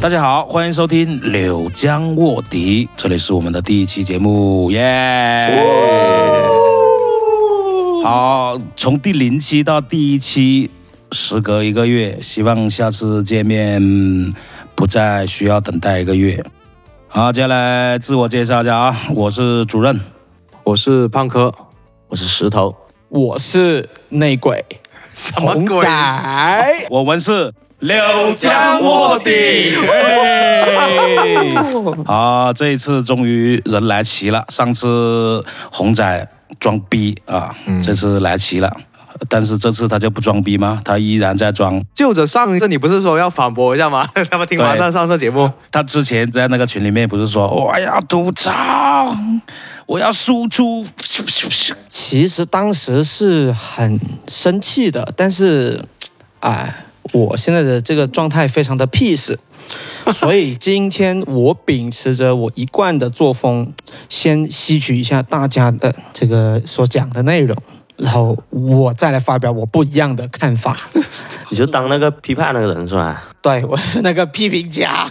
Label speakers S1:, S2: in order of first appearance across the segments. S1: 大家好，欢迎收听《柳江卧底》，这里是我们的第一期节目，耶、好，从第零期到第一期，时隔一个月，希望下次见面嗯不再需要等待一个月。好，接下来自我介绍一下啊，我是主任，
S2: 我是胖哥，
S3: 我是石头，
S4: 我是内鬼，
S3: 什
S4: 红仔，
S1: 我们是柳江卧底。 嘿好，啊这一次终于人来齐了。上次红仔装逼啊，这次来齐了，但是这次他就不装逼吗？他依然在装。
S2: 就着上一次你不是说要反驳一下吗？ 他们听完
S1: 对
S2: 上上次节目，
S1: 他之前在那个群里面不是说哦我要吐槽，我要输出，
S4: 其实当时是很生气的，但是，哎，我现在的这个状态非常的 peace，所以今天我秉持着我一贯的作风，先吸取一下大家的这个所讲的内容。然后我再来发表我不一样的看 法，
S3: 你就当那个批判那个人是吧？
S4: 对我是那个批评家，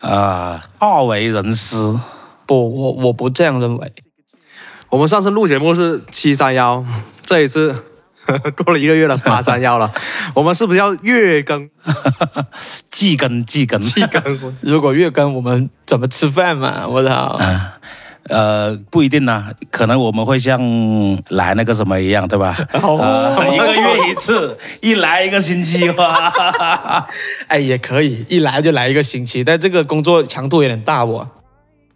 S1: 啊，好为人师。
S4: 不，我我不这样认为。
S2: 我们上次录节目是七三幺，这一次 过了一个月了八三幺 了，我们是不是要月更
S1: 季更季更，
S2: 季更？
S4: 如果月更，我们怎么吃饭嘛？我操！
S1: 呃，不一定呐、可能我们会像来那个什么一样，对吧？
S4: 好
S2: 哦
S1: 呃一个月一次，一来一个星期吧。
S4: 哎，也可以，一来就来一个星期，但这个工作强度有点大我。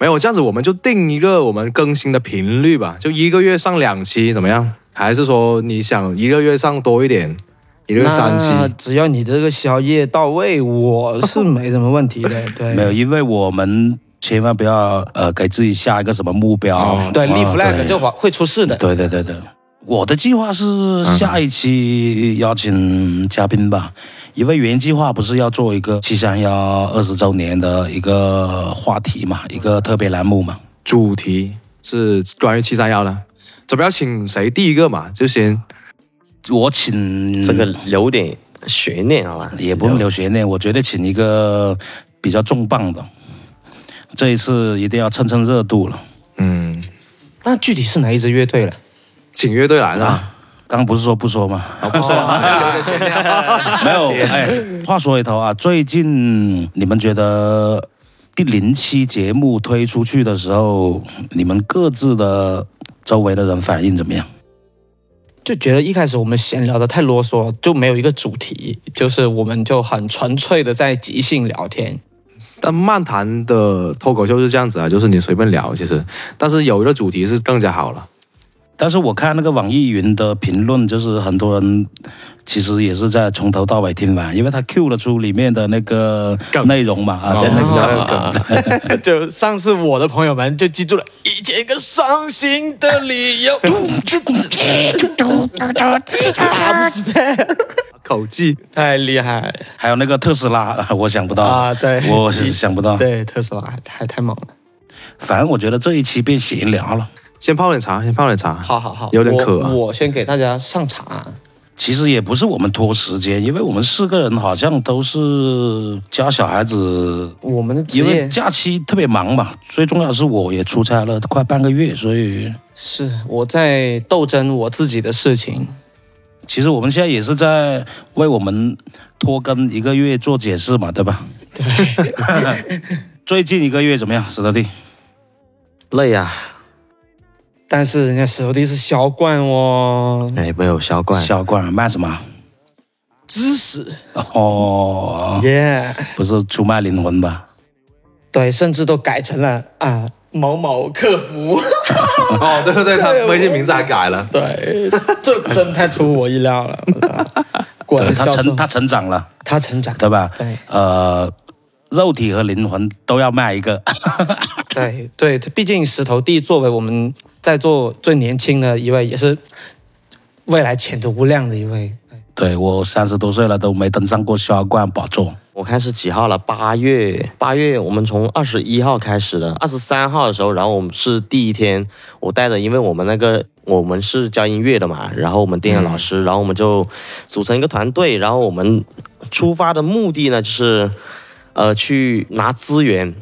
S2: 没有这样子，我们就定一个我们更新的频率吧，就一个月上两期怎么样？还是说你想一个月上多一点，一个月三期？
S4: 那只要你这个宵夜到位，我是没什么问题 的。对，
S1: 没有，因为我们千万不要呃给自己下一个什么目标，
S2: 哦
S4: 对立
S1: 啊
S4: flag
S1: 对
S4: 就会会出事的。
S1: 对对对对，我的计划是下一期邀请嘉宾吧，因为原计划不是要做一个七三幺二十周年的一个话题嘛，一个特别栏目嘛。
S2: 主题是关于七三幺的，怎么要请谁第一个嘛？就先
S1: 我请
S3: 这个留点悬念好吧？
S1: 嗯也不用留悬念，我觉得请一个比较重磅的，这一次一定要蹭蹭热度了。
S2: 嗯，
S4: 那具体是哪一支乐队了？
S2: 请乐队来是吧？
S1: 刚刚不是说不 说吗？
S2: 不说了，
S1: 没有，哎，话说回头啊，最近你们觉得第零期节目推出去的时候，你们各自的周围的人反应怎么样？
S4: 就觉得一开始我们闲聊的太啰嗦，就没有一个主题，就是我们就很纯粹的在即兴聊天。
S2: 但漫谈的脱口秀是这样子啊，就是你随便聊，其实，但是有一个主题是更加好了。
S1: 但是我看那个网易云的评论，就是很多人其实也是在从头到尾听完，因为他 Q 了出里面的那个
S2: 梗
S1: 内容嘛，啊，
S2: 哦
S1: 对 那个梗
S4: 啊， 就上次我的朋友们就记住了一千个伤心的 理由。 啊不是的
S2: 口技，
S4: 太厉害
S1: 还有那个特斯拉， 我想不到
S4: 啊！对，
S1: 我 是啊想不到。
S4: 对特斯拉太太猛了。
S1: 反正我觉得这一期变闲聊了，
S2: 先泡点茶，先泡点茶。
S4: 好好好，
S2: 有点渴啊
S4: 我我先给大家上茶啊。
S1: 其实也不是我们拖时间，因为我们四个人好像都是家小孩子，
S4: 我们的职
S1: 因为
S4: 业
S1: 假期特别忙嘛。最重要的是我也出差了快半个月，所以
S4: 是我在斗争我自己的事情。
S1: 其实我们现在也是在为我们拖更一个月做解释嘛，对吧？对。最近一个月怎么样，石头弟？
S3: 累啊！
S4: 但是人家史头弟是销冠哦，
S3: 哎，没有销冠，
S1: 销冠卖什么？
S4: 知识
S1: 哦，
S4: 耶
S1: 不是出卖灵魂吧？
S4: 对，甚至都改成了啊某某客服。
S2: 哦，对对对，他微信名字还改了。
S4: 对，这真太出乎我意料了。我操 果
S1: 对
S4: 然
S1: 他
S4: 销售
S1: 成他成长了，
S4: 他成长，
S1: 对吧？
S4: 对
S1: 呃，肉体和灵魂都要卖一个。
S4: 对对，他毕竟石头弟作为我们在座最年轻的一位，也是未来前途无量的一位。
S1: 对我三十多岁了都没登上过销冠宝座。
S3: 我看是几号了？八月，八月我们从二十一号开始的，二十三号的时候，然后我们是第一天，我带着，因为我们那个我们是教音乐的嘛，然后我们电影老师，然后我们就组成一个团队，然后我们出发的目的呢就是呃去拿资源。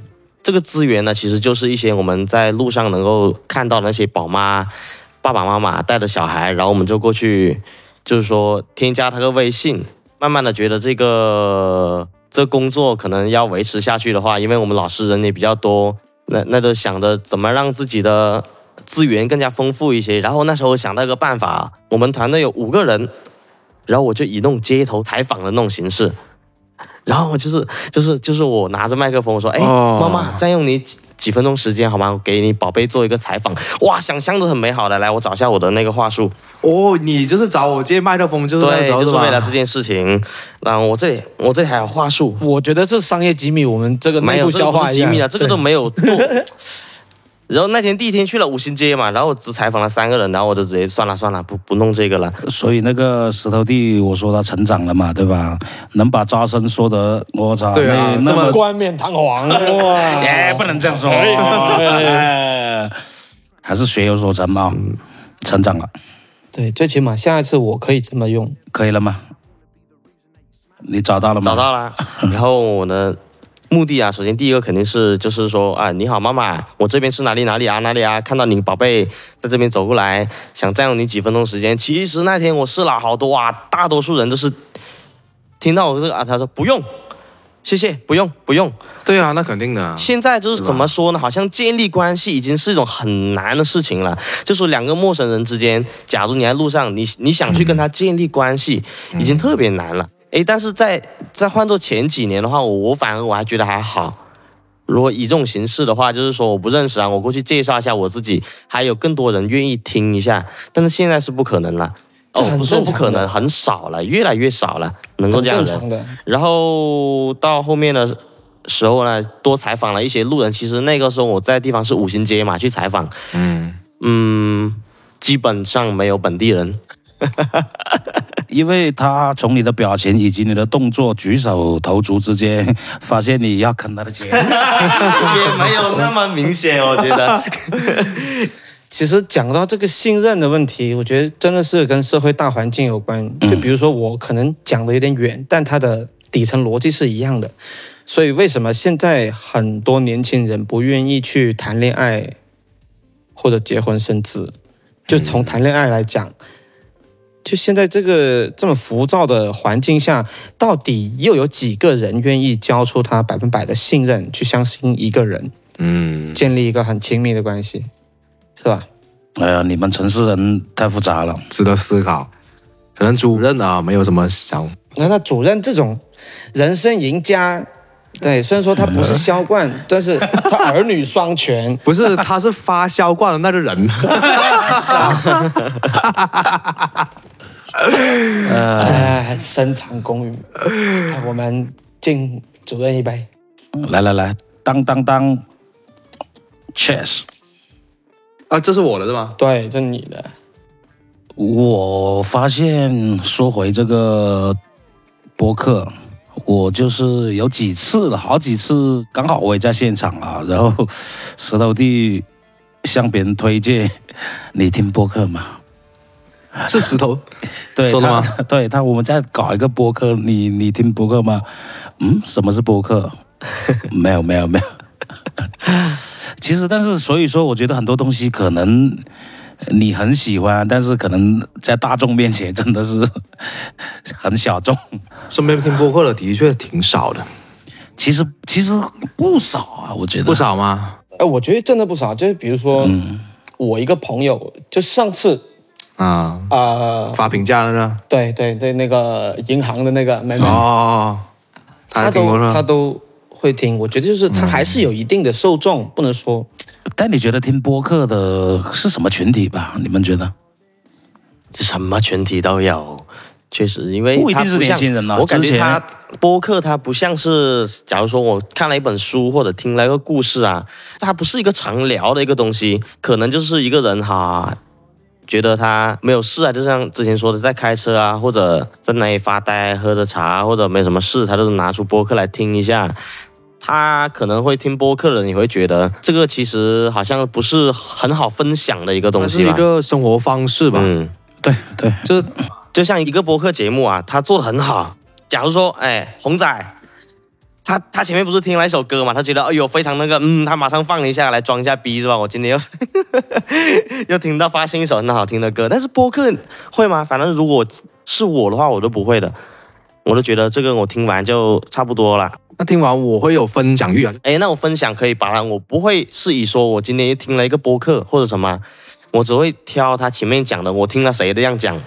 S3: 这个资源呢，其实就是一些我们在路上能够看到的那些宝妈、爸爸妈妈带着小孩，然后我们就过去，就是说添加他个微信。慢慢的觉得这个这工作可能要维持下去的话，因为我们老师人也比较多，那那就想着怎么让自己的资源更加丰富一些。然后那时候想到一个办法，我们团队有五个人，然后我就以那种街头采访的那种形式，然后我就是就是就是我拿着麦克风我说，哎，
S2: 哦
S3: 妈妈，占用你几几分钟时间好吗？我给你宝贝做一个采访，哇，想象的很美好的。来，我找一下我的那个话术，
S2: 哦，你就是找我借麦克风，就是那
S3: 对，
S2: 时候
S3: 就是
S2: 吧
S3: 为了这件事情。然后我这里我这里还有话术，
S4: 我觉得这商业机密，我们这个
S3: 没
S4: 内
S3: 有
S4: 部
S3: 这个
S4: 消
S3: 不
S4: 化
S3: 是
S4: 一
S3: 机
S4: 下。
S3: 密的，这个都没有做。 然后那天第一天去了五星街嘛，然后我只采访了三个人，然后我就直接算了算了，不不弄这个了。
S1: 所以那个石头弟，我说他成长了嘛，对吧？能把扎生说得，我操，
S2: 对啊
S1: 那
S2: 这
S1: 那
S2: 么
S1: 么
S4: 冠冕堂皇哇！
S1: 哎，不能这样说，
S4: 哎
S1: 哎还是学有所成嘛，成长了，
S4: 对，最起码下一次我可以这么用。
S1: 可以了吗？你找到了吗？
S3: 找到了。然后我的目的啊，首先第一个肯定是就是说啊，你好妈妈，我这边是哪里哪里啊哪里啊，看到你宝贝在这边走过来，想占用你几分钟时间。其实那天我试了好多啊，大多数人都是听到我这个啊，他说不用，谢谢，不用不用。
S2: 对啊，那肯定的啊。
S3: 现在就是怎么说呢？好像建立关系已经是一种很难的事情了。就说两个陌生人之间，假如你在路上，你你想去跟他建立关系，已经特别难了。诶，但是在在换做前几年的话，我我反而我还觉得还好。如果以这种形式的话，就是说我不认识啊，我过去介绍一下我自己，还有更多人愿意听一下。但是现在是不可能了，哦
S4: 这，很
S3: 不是说不
S4: 正常
S3: 可
S4: 的
S3: 能，很少了，越来越少了，能够
S4: 很
S3: 这样
S4: 正
S3: 的
S4: 常。
S3: 人
S4: 的，
S3: 然后到后面的时候呢，多采访了一些路人。其实那个时候我在地方是五星街嘛，去采访，
S2: 嗯，
S3: 嗯，基本上没有本地人。
S1: 因为他从你的表情以及你的动作、举手投足之间，发现你要啃他的钱。
S3: 也没有那么明显，我觉得。
S4: 其实讲到这个信任的问题，我觉得真的是跟社会大环境有关。就比如说我可能讲的有点远，但它的底层逻辑是一样的。所以为什么现在很多年轻人不愿意去谈恋爱或者结婚生子？就从谈恋爱来讲，就现在这个这么浮躁的环境下，到底又有几个人愿意交出他百分百的信任去相信一个人，
S2: 嗯，
S4: 建立一个很亲密的关系，是吧？
S1: 哎呀，你们城市人太复杂了。
S2: 值得思考。可能主任啊，没有什么想，
S4: 那他主任这种人生赢家，对，虽然说他不是销冠，
S2: 嗯
S4: 但是他儿女
S2: 。
S4: 双全
S2: 不是，他是发销冠的那个人。
S4: 哎，深藏功与，哎我们敬主任一杯。
S1: 来来来，当当当，Cheers！
S2: 啊，这是我的是吗？
S4: 对，这是你的，
S1: 我发现说回这个播客，我就是有几次了，好几次，刚好我也在现场啊，然后石头弟向别人推荐你听播客嘛，
S2: 是石头。
S1: 对，
S2: 说了吗
S1: 他？ 对他，我们在搞一个播客，你你听播客吗？嗯，什么是播 客？没有，没有，没有。 其实，但是，所以说，我觉得很多东西可能呃你很喜欢，但是可能在大众面前真的是 很小众。
S2: 身边听播客的的确挺少的，
S1: 其实，其实不少啊，我觉得
S2: 不。少吗？
S4: 哎，我觉得真的不少。就是比如说，
S2: 嗯
S4: 我一个朋友，就上次
S2: 啊，
S4: 呃，
S2: 发评价的呢？
S4: 对对对，那个银行的那个妹妹，
S2: 哦，他
S4: 她
S2: 还听过
S4: 嗯都
S2: 是吧？
S4: 她都会听。我觉得就是她还是有一定的受众，不能说
S1: 但你觉得听播客的是什么群体吧？你们觉得？
S3: 什么群体都有，确实，因为
S1: 不一定
S3: 它
S1: 是年
S3: 像
S1: 轻人啊
S3: 我感
S1: 之
S3: 觉
S1: 前
S3: 他播客，它不像是，假如说我看了一本书或者听了一个故事啊，它不是一个常聊的一个东西，可能就是一个人哈。觉得他没有事啊，就像之前说的，在开车啊，或者在那里发呆，喝着茶，或者没什么事，他就拿出播客来听一下。他可能会听播客的，你会觉得这个其实好像不是很好分享的一个东
S2: 它是
S3: 西
S2: 一
S3: 吧？
S2: 个生活方式吧，
S3: 嗯，
S1: 对对，
S2: 就是
S3: 就像一个播客节目啊，他做的很好。假如说，哎，红仔，他他前面不是听了一首歌嘛，他觉得哎呦非常那个，嗯，他马上放一下来装一下逼是吧？我今天又 又听到发现一首很好听的歌，但是播客会吗？反正如果是我的话，我都不会的，我都觉得这个我听完就差不多了。
S2: 那听完我会有分享欲啊，
S3: 哎，那我分享可以把它，我不会是以说我今天听了一个播客或者什么，我只会挑他前面讲的，我听了谁这样讲，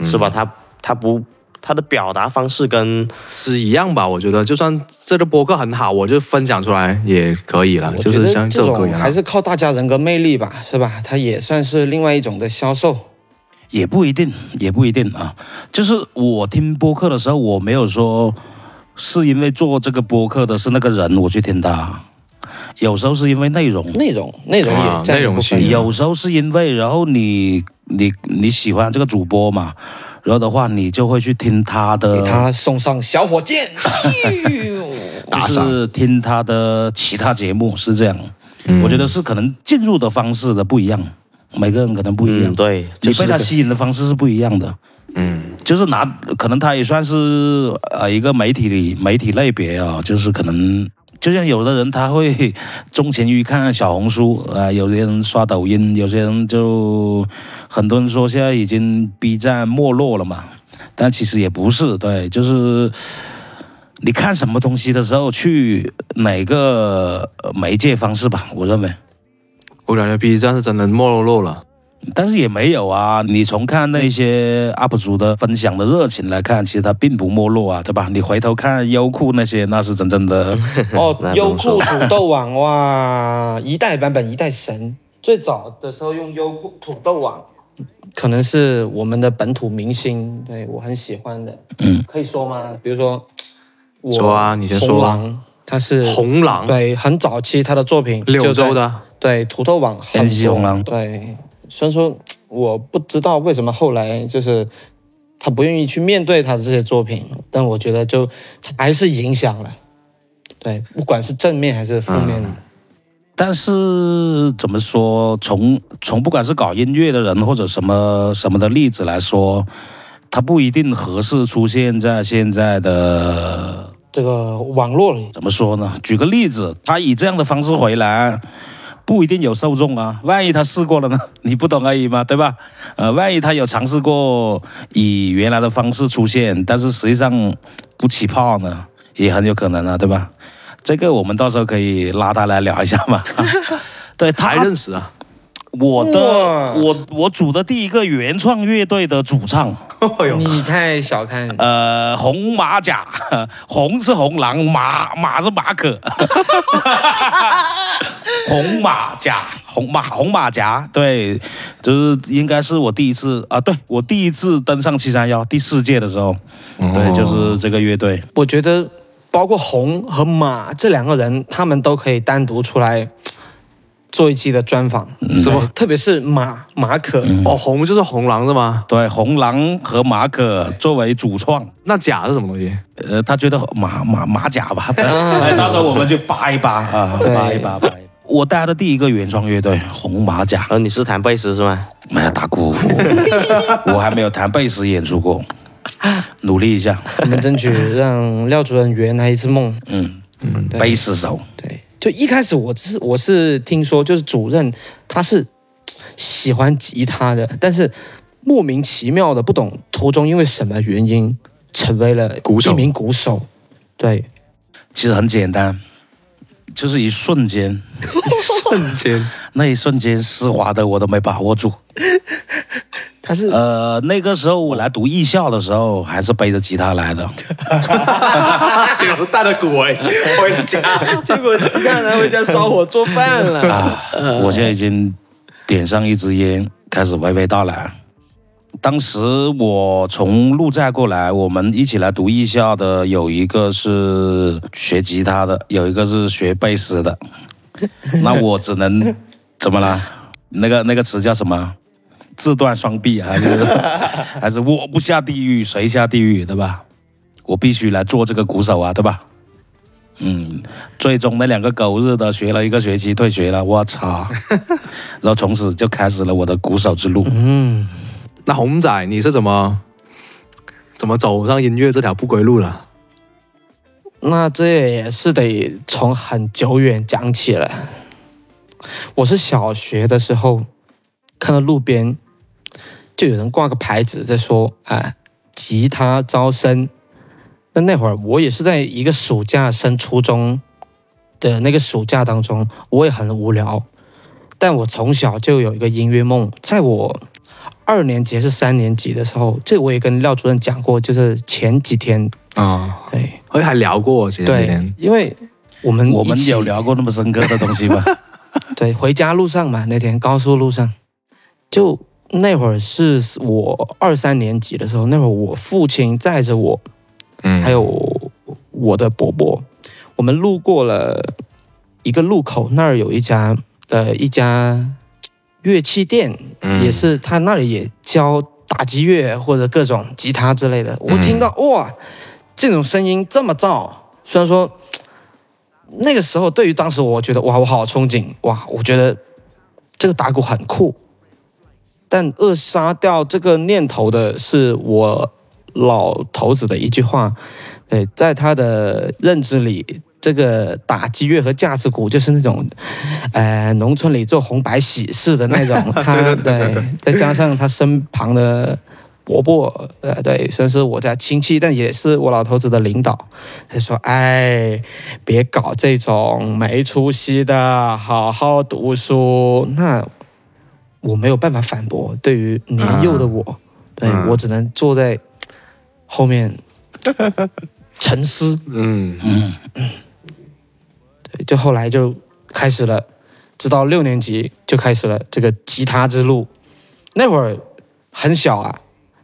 S3: 是吧？他他不他的表达方式跟
S2: 是一样啊吧？我觉得就算这个播客很好，我就分享出来也可以了，
S4: 我
S2: 就
S4: 觉
S2: 是
S4: 得
S2: 像
S4: 这
S2: 首歌
S4: 种
S2: 一样
S4: 还。是靠大家人格魅力吧，是吧？它也算是另外一种的销售。
S1: 也不一定，也不一定啊。就是我听播客的时候，我没有说是因为做这个播客的是那个人我去听他，有时候是因为内容，
S4: 内容，内容
S2: 啊
S4: 也占
S2: 内
S4: 一
S2: 容
S4: 部
S2: 是
S4: 分。
S2: 一样
S1: 有时候是因为然后你你你喜欢这个主播嘛，然后的话你就会去听他的
S4: 给，他送上小 火箭，咻
S1: 就
S2: 赏
S1: 是听他的其他节目是这样。
S4: 嗯
S1: 我觉得是可能进入的方式的不一样，每个人可能不一样。
S3: 嗯对，
S1: 你
S3: 就是
S1: 被他
S3: 这个
S1: 吸引的方式是不一样的。嗯，就是拿，可能他也算是呃一个媒体里媒体类别啊，就是可能就像有的人他会 钟情于看小红书啊、呃有些人刷抖音，有些人就很多人说现在已经 B 站没落了嘛，但其实也不是，对，就是。你看什么东西的时候，去哪个呃媒介方式吧，我认为。
S2: 我感觉 B 站是真的没落了。
S1: 但是也没有啊，你从看那些 UP 主的分享的热情来看，其实它并不没落啊，对吧？你回头看优酷那些，那是真正的，
S4: 哦，
S3: 那不
S4: 优
S3: 用
S4: 酷
S3: 说
S4: 土豆网哇，一代版本一代神。最早的时候用优酷土豆网，可能是我们的本土明星，对我很喜欢的。
S1: 嗯，
S4: 可以说吗？比如说我
S2: 说啊你先说
S4: 红
S2: 啊
S4: 狼，他是
S2: 红狼，
S4: 对，很早期他的作品
S2: 柳
S4: 就在
S2: 州的，
S4: 对，土豆网很
S1: NC
S4: 多
S1: 红狼
S4: 对，虽然说我不知道为什么后来就是他不愿意去面对他的这些作品，但我觉得就他还是影响了。对，不管是正面还是负面的，
S1: 但是怎么说，从从不管是搞音乐的人或者什么什么的例子来说，它不一定合适出现在现在的
S4: 这个网络里
S1: 怎么说呢？举个例子，他以这样的方式回来，不一定有受众啊。万一他试过了呢？ 你不懂而已嘛，对吧？呃，万一他有尝试过以原来的方式出现，但是实际上不起泡呢，也很有可能啊，对吧？这个我们到时候可以拉他来聊一下嘛。 对他
S2: 还认识啊？
S1: 我
S4: 哇
S1: 的我我组的第一个原创乐队的主唱，
S2: 哎呦，
S4: 你太小看
S1: 呃，红马甲， 红是红狼，马马是马可， 红马甲，红马红马甲，对，就是应该是我第一次啊，对我第一次登上七三幺第四届的时候，
S4: 哦
S2: 哦
S1: 对，就是这个乐队，
S4: 我觉得包括红和马这两个人，他们都可以单独出来做一期的专访，
S2: 什么？
S4: 特别是马马可，
S2: 哦，红就是红狼是吗？
S1: 对，红狼和马可作为主创。
S2: 那甲是什么东西？
S1: 呃，他觉得马马马甲吧，哎，到时候我们就扒一扒啊，
S4: 对
S1: 扒一扒，扒一扒。我带的第一个原创乐队红马甲，
S3: 呃，你是弹贝斯是吗？
S1: 没有打鼓，我 还没有弹贝斯演出过，努力一下。
S4: 我们争取让廖主任圆了一次梦。
S1: 嗯，
S4: 对
S1: 贝斯手，
S4: 对，就一开始我只是我是听说，就是主任他是嘖喜欢吉他的，但是莫名其妙的不懂途中因为什么原因成为了
S2: 鼓手
S4: 一名鼓手。对，
S1: 其实很简单，就是一瞬间，
S2: 瞬间，
S1: 那一瞬间丝滑的我都没把握住。
S4: 他是、
S1: 呃，那个时候我来读艺校的时候，还是背着吉他来的。
S2: 结果带着鼓哎，回家。
S4: 结果吉他拿回家烧火做饭 了。
S1: 啊，我现在已经点上一支烟，开始娓娓道来。当时我从陆寨过来，我们一起来读艺校的，有一个是学吉他的，有一个是学贝斯的。那我只能怎么了？那个那个词叫什么？自断双臂啊还是还是我不下地狱谁下地狱，对吧？我必须来做这个鼓手啊，对吧？嗯，最终那两个狗日的学了一个学期退学了，我操！然后从此就开始了我的鼓手之路。
S4: 嗯，
S2: 那红仔，你是怎么怎么走上音乐这条不归路了？
S4: 那这也是得从很久远讲起了。我是小学的时候，看到路边就有人挂个牌子在说啊，吉他招生。那那会儿我也是在一个暑假升初中的那个暑假当中，我也很无聊，但我从小就有一个音乐梦，在我二年级还是三年级的时候，这我也跟廖主任讲过，就是前几天
S2: 啊，
S4: 对。
S2: 我还聊过前几
S4: 对
S2: 天，，
S4: 因为我们
S1: 我们
S4: 一起
S1: 有聊过那么深刻的东西吗？
S4: 对回家路上嘛，那天高速路上，就那会儿是我二三年级的时候，那会儿我父亲载着我，
S2: 嗯，
S4: 还有我的伯伯，我们路过了一个路口，那儿有一家呃一家乐器店，
S2: 嗯
S4: 也是他那里也教打击乐或者各种吉他之类的。我听到、哇，这种声音这么燥，虽然说那个时候对于当时我觉得哇，我好憧憬哇，我觉得这个打鼓很酷。但扼杀掉这个念头的是我老头子的一句话，呃，在他的认知里，这个打击乐和架子鼓就是那种，呃，农村里做红白喜事的那 种。他对，再加上他身旁的伯伯，呃，对，算是我家亲戚，但也是我老头子的领导。他说：“哎，别搞这种没出息的，好好读书。”那我没有办法反驳，对于年幼的我，对、
S2: 嗯
S4: 我只能坐在后 面沉思。
S2: 嗯
S1: 嗯，
S4: 对就后来就开始了，直到六年级就开始了这个吉他之路。那会儿很小啊，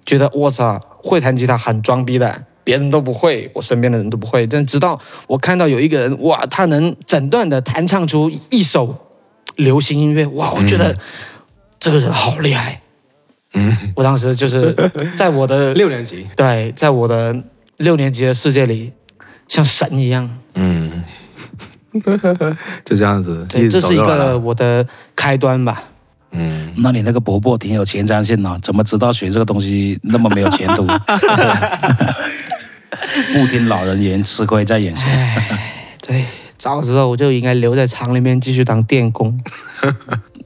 S4: 觉得我操，会弹吉他很装逼的，别人都不会，我身边的人都不会。但直到我看到有一个人，哇，他能整段的弹唱出一首流行音乐，哇，我觉得这个人好厉害。
S2: 嗯，
S4: 我当时就是在我的
S2: 六年级，
S4: 对，在我的六年级的世界里，像神一样。
S2: 嗯， 就这样子，
S4: 对，这
S2: 直走
S4: 是一
S2: 就来
S4: 个
S2: 了，
S4: 我的开端吧。
S2: 嗯，
S1: 那你那个伯伯挺有前瞻性的、啊怎么知道学这个东西那么没有前途？ 不听老人言，吃亏在眼前。
S4: 对，早知道我就应该留在厂里面继续当电工。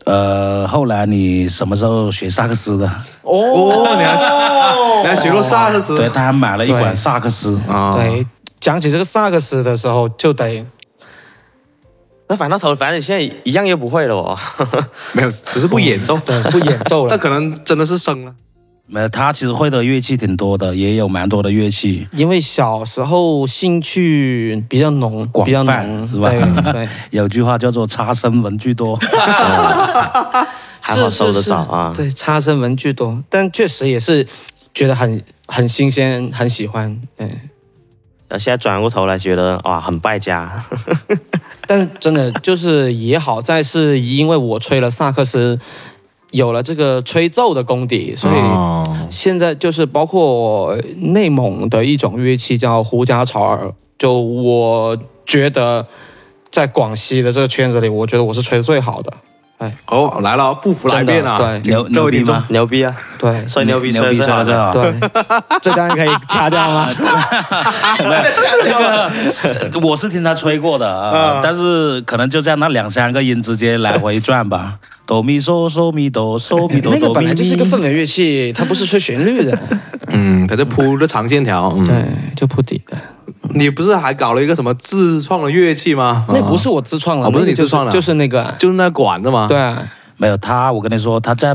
S1: 呃，后来你什么时候学萨克斯的？
S4: 呃
S2: 哦，你还
S4: 哦
S2: 你还学过萨克斯
S1: 对，他还买了一管
S4: 对
S1: 萨克斯。
S2: 啊？
S4: 对，讲起这个萨克斯的时候，就得
S3: 那反到头，反正你现在一样又不会了哦。
S2: 没有，只是不演奏，
S4: 对不演奏
S2: 这
S4: 了，
S2: 可能真的是生了。
S1: 呃，他其实会的乐器挺多的，也有蛮多的乐器，
S4: 因为小时候兴趣比较浓，
S1: 广
S4: 比较
S1: 泛
S4: 浓，
S1: 是吧
S4: 对对，
S1: 有句话叫做“差生文具多
S3: 还
S4: 是
S3: 好收得
S4: 是
S3: 早啊
S4: 是对，差生文具多，但确实也是觉得很很新鲜，很喜欢，对。
S3: 那现在转过头来觉得哇，很败家。
S4: 但真的就是也好在是因为我吹了萨克斯，有了这个吹奏的功底，所以
S2: 哦
S4: 现在就是包括内蒙的一种乐器叫胡家草儿，就我觉得在广西的这个圈子里，我觉得我是吹的最好的。
S2: 哦，来了，不服来辩啊！
S4: 真的”，
S2: 挺
S1: 牛
S2: 各
S1: 牛
S2: 位
S1: 逼
S2: 听众
S1: 吗？
S3: 牛逼啊！
S4: 对
S3: 吹牛逼
S1: 牛
S3: 吹
S1: 逼
S3: 得
S1: 吹
S3: 最好
S1: 到这
S3: 的。
S1: 啊！
S4: 对，这段可以掐掉吗？
S1: 这个 我是听他吹过的啊，但是可能就在那两三个音之间来回转 吧。哆咪嗦嗦咪哆嗦咪哆
S4: 哎那个
S1: 哆
S4: 本
S1: 咪
S4: 来就是一个氛
S1: 咪。
S4: 围乐器，它不是吹旋律 的，
S2: 嗯，他就铺着长线条。
S4: 对
S2: 嗯，，
S4: 就铺底的。
S2: 你不是还搞了一个什么自创的乐器吗？
S4: 那不是我自创了，
S2: 嗯哦不是
S4: 那个
S2: 你自
S4: 就
S2: 创的哦
S4: 就是那个啊，
S2: 就是那管子吗？
S4: 对，啊。
S1: 没有他，我跟你说，他在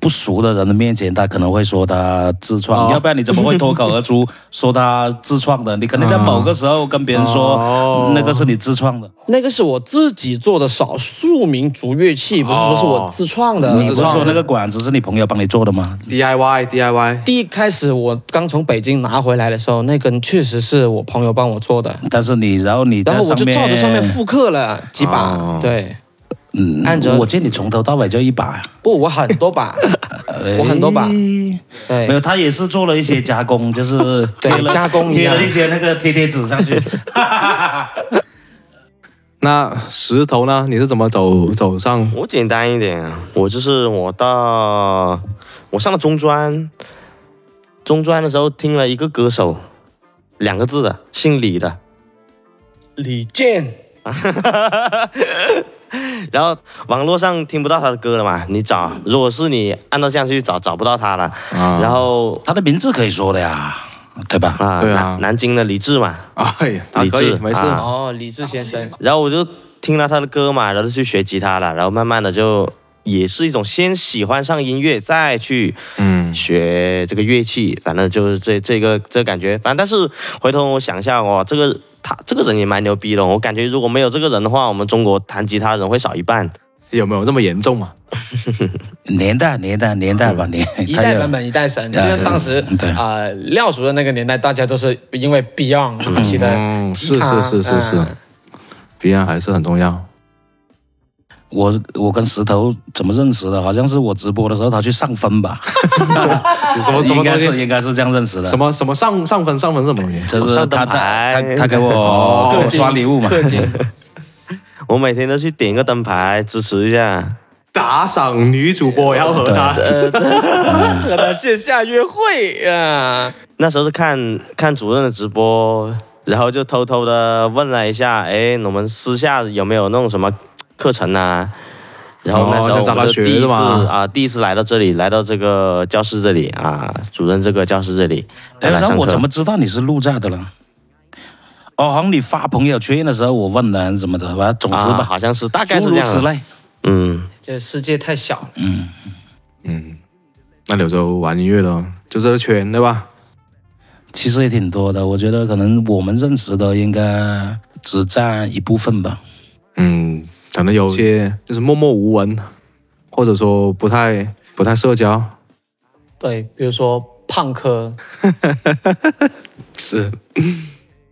S1: 不熟的人的面前，他可能会说他自创，
S2: 哦
S1: 要不然你怎么会脱口而出说他自创的？你可能在某个时候跟别人说、
S2: 哦
S1: 那个是你自创的，
S4: 那个是我自己做的少数民族乐器，不是说是
S2: 哦
S4: 我自创的。
S1: 你不是
S2: 自创
S1: 说
S2: 的
S1: 那个管子是你朋友帮你做的吗？
S2: ，DIY DIY。
S4: 第一开始我刚从北京拿回来的时候，那根确实是我朋友帮我做的，
S1: 但是你，然后你在
S4: 然后
S1: 上
S4: 我
S1: 面，
S4: 就照着上面复刻了几把。
S2: 哦
S4: 对，
S1: 嗯，
S4: 按着
S1: 我见你从头到尾就一把，
S4: 不，我很多把，我很多把
S1: 哎
S4: 对
S1: 没有，他也是做了一些加工， 就是
S4: 对
S1: 贴了
S4: 加工一
S1: 贴
S4: 样
S1: 了一些那个贴贴纸上去。
S2: 那石头呢？你是怎么走走上？
S3: 我简单一点，我就是我到我上了中专，中专的时候听了一个歌手，两个字的，姓李的，
S4: 李健，
S3: 然后网络上听不到他的歌了嘛，你找，如果是你按照这样去找，找不到他了。
S2: 啊
S4: 啊
S3: 然后
S1: 他的名字可以说的呀，对吧？
S3: 啊，
S2: 对啊
S3: 南南京的李志嘛，
S2: 哎呀，他
S3: 理
S2: 可以
S3: 智
S2: 没事，
S3: 啊
S4: 哦，李志先生，
S3: 然后我就听了他的歌嘛，然后就去学吉他了，然后慢慢的就也是一种先喜欢上音乐，再去
S2: 嗯
S3: 学这个乐器，反正就是这这个这感觉，反正但是回头我想一下哦，这个他这个人也蛮牛逼的，我感觉如果没有这个人的话，我们中国弹吉他的人会少一半。
S2: 有没有这么严重啊嘛？
S1: 年代年代年代吧，年
S4: 一
S1: 他
S4: 代
S1: 就
S4: 版本一代神，就
S1: 啊
S4: 像当时
S1: 对
S4: 啊、呃廖叔的那个年代，大家都是因为 Beyond 一起的
S2: 嗯
S4: 吉他，
S2: 是是是是是
S4: 嗯
S2: 鼻炎还是很重要。
S1: 我我跟石头怎么认识的？好像是我直播的时候他去上分吧，
S2: 什么什
S1: 应
S2: 么
S1: 该
S2: 东西
S1: 是？应该是这样认识的。
S2: 什么什么上上分上分是什么东西？
S1: 就是
S3: 上
S1: 他他
S3: 灯
S1: 他
S3: 牌
S1: 他给我给我刷礼物嘛，
S4: 氪金，
S3: 我每天都去点一个灯牌支持一下，
S2: 打赏女主播要和他
S4: 和他线下约会啊，
S3: 那时候是看看主任的直播，然后就偷偷的问了一下，哎，我们私下有没有那种什么课程啊？然后那时
S2: 哦想
S3: 候
S2: 找
S3: 我
S2: 他
S3: 们就第一
S2: 学是
S3: 次
S2: 吗
S3: 啊，第一次来到这里，来到这个教室这里啊，主任这个教室这里
S1: 哎，
S3: 来来
S1: 然后
S3: 上
S1: 我怎
S3: 课
S1: 么。知道你是录在的了？哦，好像你发朋友圈的时候我问了还是怎么的，吧，总之
S3: 啊，
S1: 吧，
S3: 好像是大概
S1: 诸
S3: 是这
S1: 如
S3: 样
S1: 此
S3: 的。
S1: 类。
S3: 嗯，
S4: 这世界太小，
S1: 嗯，
S2: 嗯，那柳州玩音乐了，就这个圈对吧？
S1: 其实也挺多的，我觉得可能我们认识的应该只占一部分吧。
S2: 嗯，可能有些就是默默无闻，或者说不太不太社交。
S4: 对，比如说胖科，
S2: 是，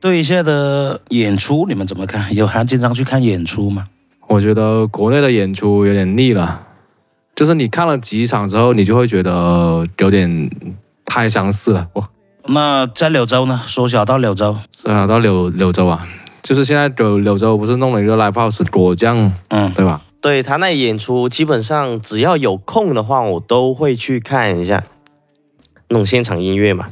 S1: 对一些的演出你们怎么看？有还经常去看演出吗？
S2: 我觉得国内的演出有点腻了，就是你看了几场之后，你就会觉得呃有点太相似了。我
S1: 那在柳州呢？缩小到柳州，
S2: 是啊，到柳柳州啊，就是现在柳柳州不是弄了一个 live house 果酱，
S1: 嗯，
S2: 对吧？
S3: 对他那演出，基本上只要有空的话，我都会去看一下那种现场音乐嘛。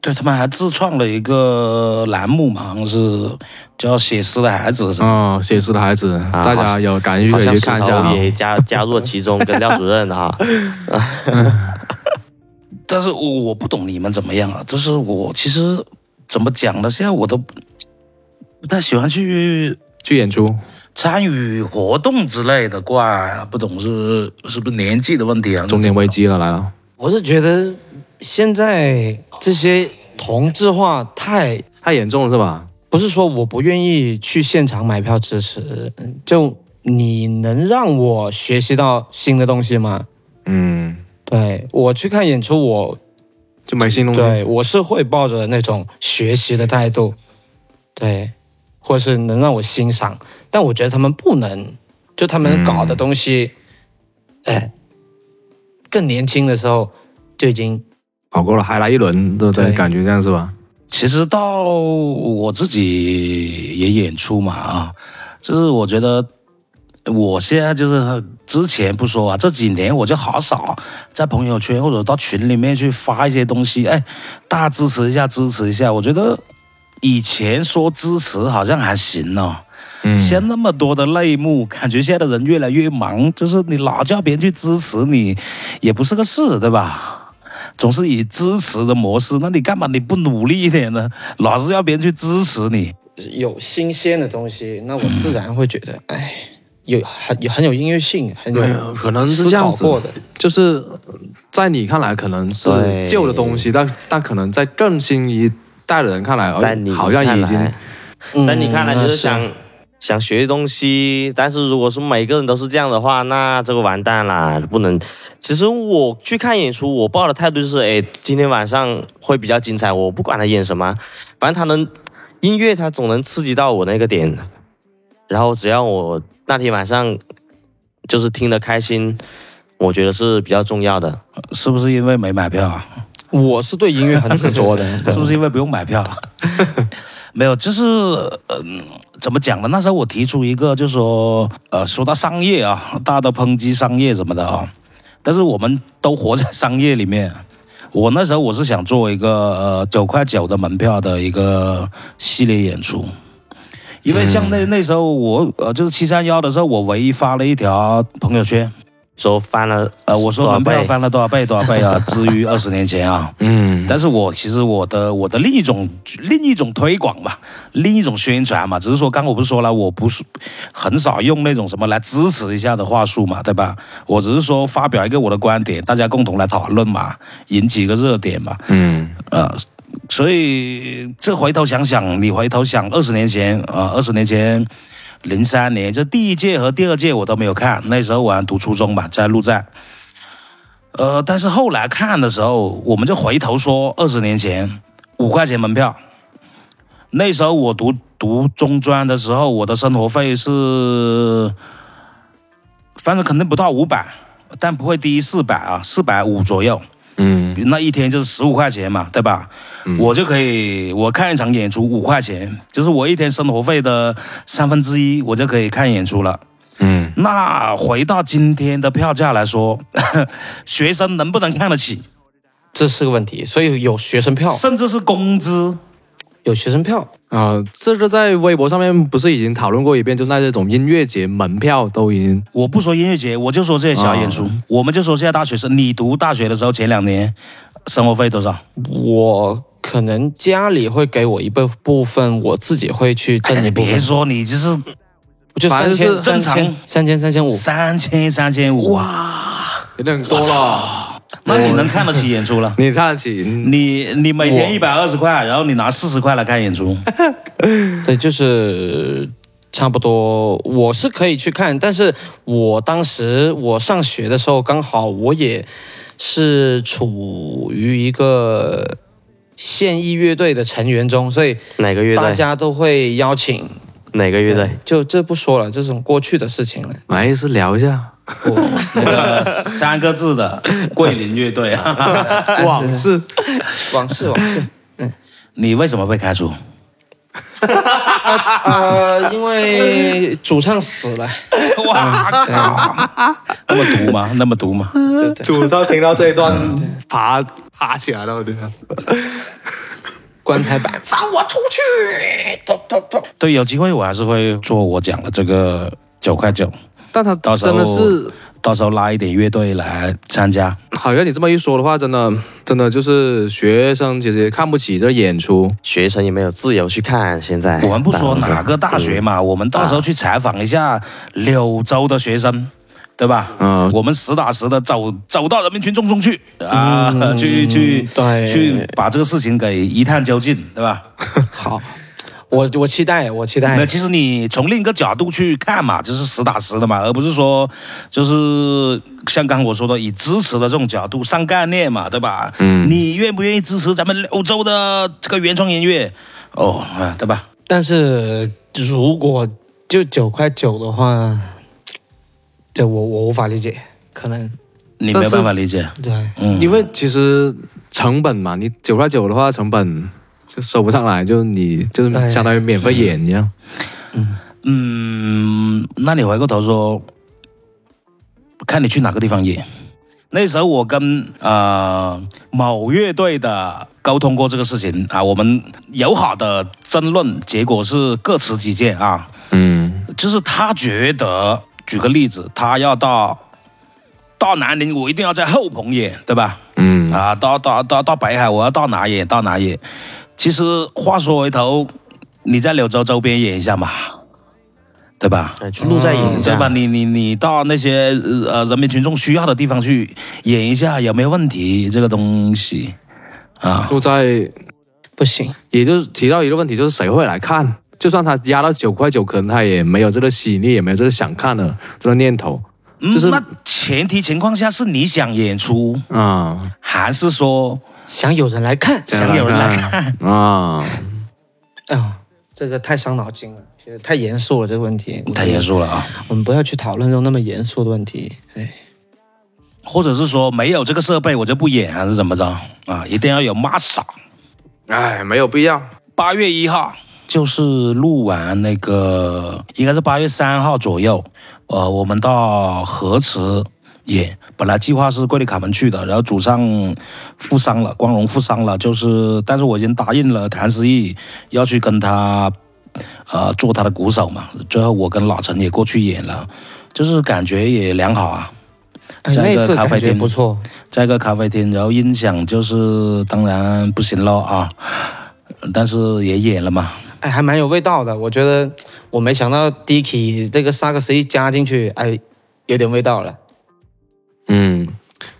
S1: 对他们还自创了一个栏目嘛，好像是叫“写诗的孩子”什么。
S2: 哦，写诗的孩子，
S3: 啊
S2: 大家有感兴
S3: 好
S2: 趣可以
S3: 像石
S2: 去看一下啊
S3: 头。也加加入了其中，跟廖主任啊，
S2: 嗯
S1: 但是我我不懂你们怎么样啊，就是我其实怎么讲呢？现在我都不不太喜欢去
S2: 去演出，
S1: 参与活动之类的，怪不懂是是不是年纪的问题啊？
S2: 中年危机了来了。
S4: 我是觉得现在这些同质化太
S2: 太严重了是吧？
S4: 不是说我不愿意去现场买票支持，就你能让我学习到新的东西吗？
S2: 嗯，
S4: 对我去看演出，我
S2: 就没新东西。
S4: 对我是会抱着那种学习的态度，对，或是能让我欣赏，但我觉得他们不能，就他们搞的东西，哎，更年轻的时候就已经
S2: 搞过了，还来一轮，对不对？
S4: 对
S2: 感觉这样是吧？
S1: 其实到我自己也演出嘛啊，就是我觉得我现在就是之前不说啊，这几年我就好少在朋友圈或者到群里面去发一些东西，哎，大家支持一下，支持一下。我觉得以前说支持好像还行哦。
S2: 嗯
S1: 现在那么多的类目，感觉现在的人越来越忙，就是你老叫别人去支持你，也不是个事，对吧？总是以支持的模式，那你干嘛你不努力一点呢？老是要别人去支持你，
S4: 有新鲜的东西，那我自然会觉得，哎，有很有很有音乐性，很
S2: 没有
S3: 嗯
S4: 有
S2: 可能是
S4: 思
S2: 这样
S4: 考
S2: 子
S4: 过的。
S2: 就是在你看来可能是
S3: 对
S2: 旧的东西，但但可能在更新一代的人看来，
S3: 在
S2: 哎
S3: 你
S2: 好像
S3: 看
S2: 已
S3: 来
S2: 经
S3: 在你看来
S4: 嗯
S3: 就是
S4: 那
S3: 想想学东西，但是如果是每个人都是这样的话，那这个完蛋啦，不能。其实我去看演出，我抱的态度就是，哎，今天晚上会比较精彩，我不管他演什么，反正他能音乐，他总能刺激到我那个点。然后只要我那天晚上就是听得开心，我觉得是比较重要的。
S1: 是不是因为没买票啊？
S4: 我是对音乐很执着的，
S1: 是不是因为不用买票？没有，就是嗯、怎么讲呢？那时候我提出一个，就是说，呃，说到商业啊，大家都抨击商业什么的啊，但是我们都活在商业里面。我那时候我是想做一个呃九块九的门票的一个系列演出，因为像那那时候我呃就是七三幺的时候，我唯一发了一条朋友圈，
S3: 说翻了
S1: 呃我说
S3: 多少
S1: 门票
S3: 倍
S1: 翻了多少倍多少倍 啊，至于二十年前啊，
S2: 嗯，
S1: 但是我其实我的我的另一种另一种推广嘛，另一种宣传嘛，只是说刚刚我不是说了，我不是很少用那种什么来支持一下的话术嘛，对吧？我只是说发表一个我的观点，大家共同来讨论嘛，引起一个热点嘛，
S2: 嗯
S1: 呃，所以这回头想想，你回头想二十年前啊，二、0十年前，零三年，这第一届和第二届我都没有看，那时候我还读初中吧，在陆战。呃，但是后来看的时候，我们就回头说二十年前五块钱门票，那时候我读读中专的时候，我的生活费是，反正肯定不到五百，但不会低于四百啊，四百五左右。
S2: 嗯
S1: 那一天就是十五块钱嘛，对吧？我就可以，我看一场演出五块钱，就是我一天生活费的三分之一，我就可以看演出了。
S2: 嗯
S1: 那回到今天的票价来说， 学生能不能看得起，
S4: 这是个问题。所以有学生票，
S1: 甚至是工资，
S4: 有学生票，
S2: 啊、这个在微博上面不是已经讨论过一遍，就是那这种音乐节门票都已经
S1: 我不说音乐节，我就说这些小演出，我们就说现在大学生，你读大学的时候前两年生活费多少？
S4: 我可能家里会给我一部部分，我自己会去
S1: 哎
S4: 挣
S1: 你哦
S4: 一部
S1: 别
S4: 分，
S1: 说，你就是
S4: 就
S2: 反正
S4: 三千、
S2: 是
S4: 三
S1: 正常
S4: 千、三千、三千五。
S1: 三千三千五，哇，哦
S2: 有点多了。
S1: 那你能看得起演出了？
S2: 你看得起，嗯
S1: 你你每天
S4: 我
S1: 一百二十块，然后你拿四十块来看演出，
S4: 对，就是差不多，我是可以去看，但是我当时我上学的时候，刚好我也是处于一个现役乐队的成员中，所以
S3: 哪个乐
S4: 大
S3: 队？
S4: 家都会邀请。
S3: 哪个乐队？
S4: 就这不说了，这种过去的事情了。
S2: 来是聊一下
S1: 那个三个字的桂林乐队。啊
S2: 往事。
S4: 往事，往事。
S1: 你为什么被开除？
S4: 呃，因为主唱死了。
S1: 哇靠！那么毒吗？那么毒吗？
S4: 对对，
S2: 主唱听到这一段，爬爬起来了，我觉得。
S4: 棺材板，放我出去！咚咚咚。
S1: 对，有机会我还是会做我讲的这个九块九，
S2: 但他
S1: 到时候
S2: 真的是，
S1: 到时候拉一点乐队来参加。
S2: 好像你这么一说的话，真的真的就是学生其实也看不起这演出。
S3: 学生也没有自由去看，现在
S1: 哎我们不嗯说
S3: 大家都
S1: 哪个大学嘛，我们到时候去采访一下柳州的学生，对吧？
S2: 嗯
S1: 我们实打实的走走到人民群众中去啊，去去
S4: 对
S1: 去把这个事情给一探究竟，对吧？
S4: 好，我我期待，我期
S1: 那
S4: 待。
S1: 其实你从另一个角度去看嘛，就是实打实的嘛，而不是说就是像刚我说的，以支持的这种角度上概念嘛，对吧？嗯，你愿不愿意支持咱们柳州的这个原创音乐？哦，啊，对吧？
S4: 但是如果就九块九的话，对我我无法理解，可能
S1: 你
S2: 但
S1: 没
S2: 是
S1: 有办法理解，
S4: 对。
S1: 嗯，
S2: 因为其实成本嘛，你九块九的话，成本就收不上来，就你就是
S4: 对
S2: 相当于免费演一样。
S1: 嗯，那你回过头说，看你去哪个地方演。那时候我跟呃某乐队的沟通过这个事情啊，我们友好的争论，结果是各持己见啊。
S2: 嗯
S1: 就是他觉得，举个例子，他要到到南宁，我一定要在后棚演，对吧？
S2: 嗯
S1: 啊，到到到到北海，我要到哪演到哪演。其实话说回头，你在柳州周边演一下嘛，对吧？
S3: 哎去路在演一
S1: 对
S3: 下
S1: 吧？你你你到那些呃人民群众需要的地方去演一下，有没有问题？这个东西啊，
S2: 都在，
S4: 不行，
S2: 也就是提到一个问题，就是谁会来看？就算他压到九块九，可能他也没有这个吸引力，也没有这个想看的这个念头
S1: 嗯，
S2: 就是
S1: 那前提情况下是你想演出，
S2: 啊。
S1: 还是说
S4: 想有人来看，
S1: 想有人来看？
S2: 啊，
S4: 哎呦，这个太伤脑筋了，其实太严肃了这个问题。
S1: 太严，肃了啊！
S4: 我们不要去讨论这种那么严肃的问题。哎对，
S1: 或者是说没有这个设备我就不演，还是怎么着啊？一定要有 master。
S2: 哎，没有必要。
S1: 八月一号就是录完那个，应该是八月三号左右，呃，我们到河池演。本来计划是桂林卡门去的，然后主唱负伤了，光荣负伤了，就是，但是我已经答应了谭思义要去跟他，啊、呃做他的鼓手嘛。最后我跟老陈也过去演了，就是感觉也良好啊，
S4: 哎
S1: 在
S4: 那
S1: 一个
S4: 次
S1: 咖啡
S4: 感觉
S1: 厅
S4: 不错，
S1: 在一个咖啡厅，然后音响就是当然不行了啊，但是也演了嘛，
S4: 哎，还蛮有味道的。我觉得我没想到 Dicky 这个萨克斯一加进去，哎，有点味道了。
S2: 嗯，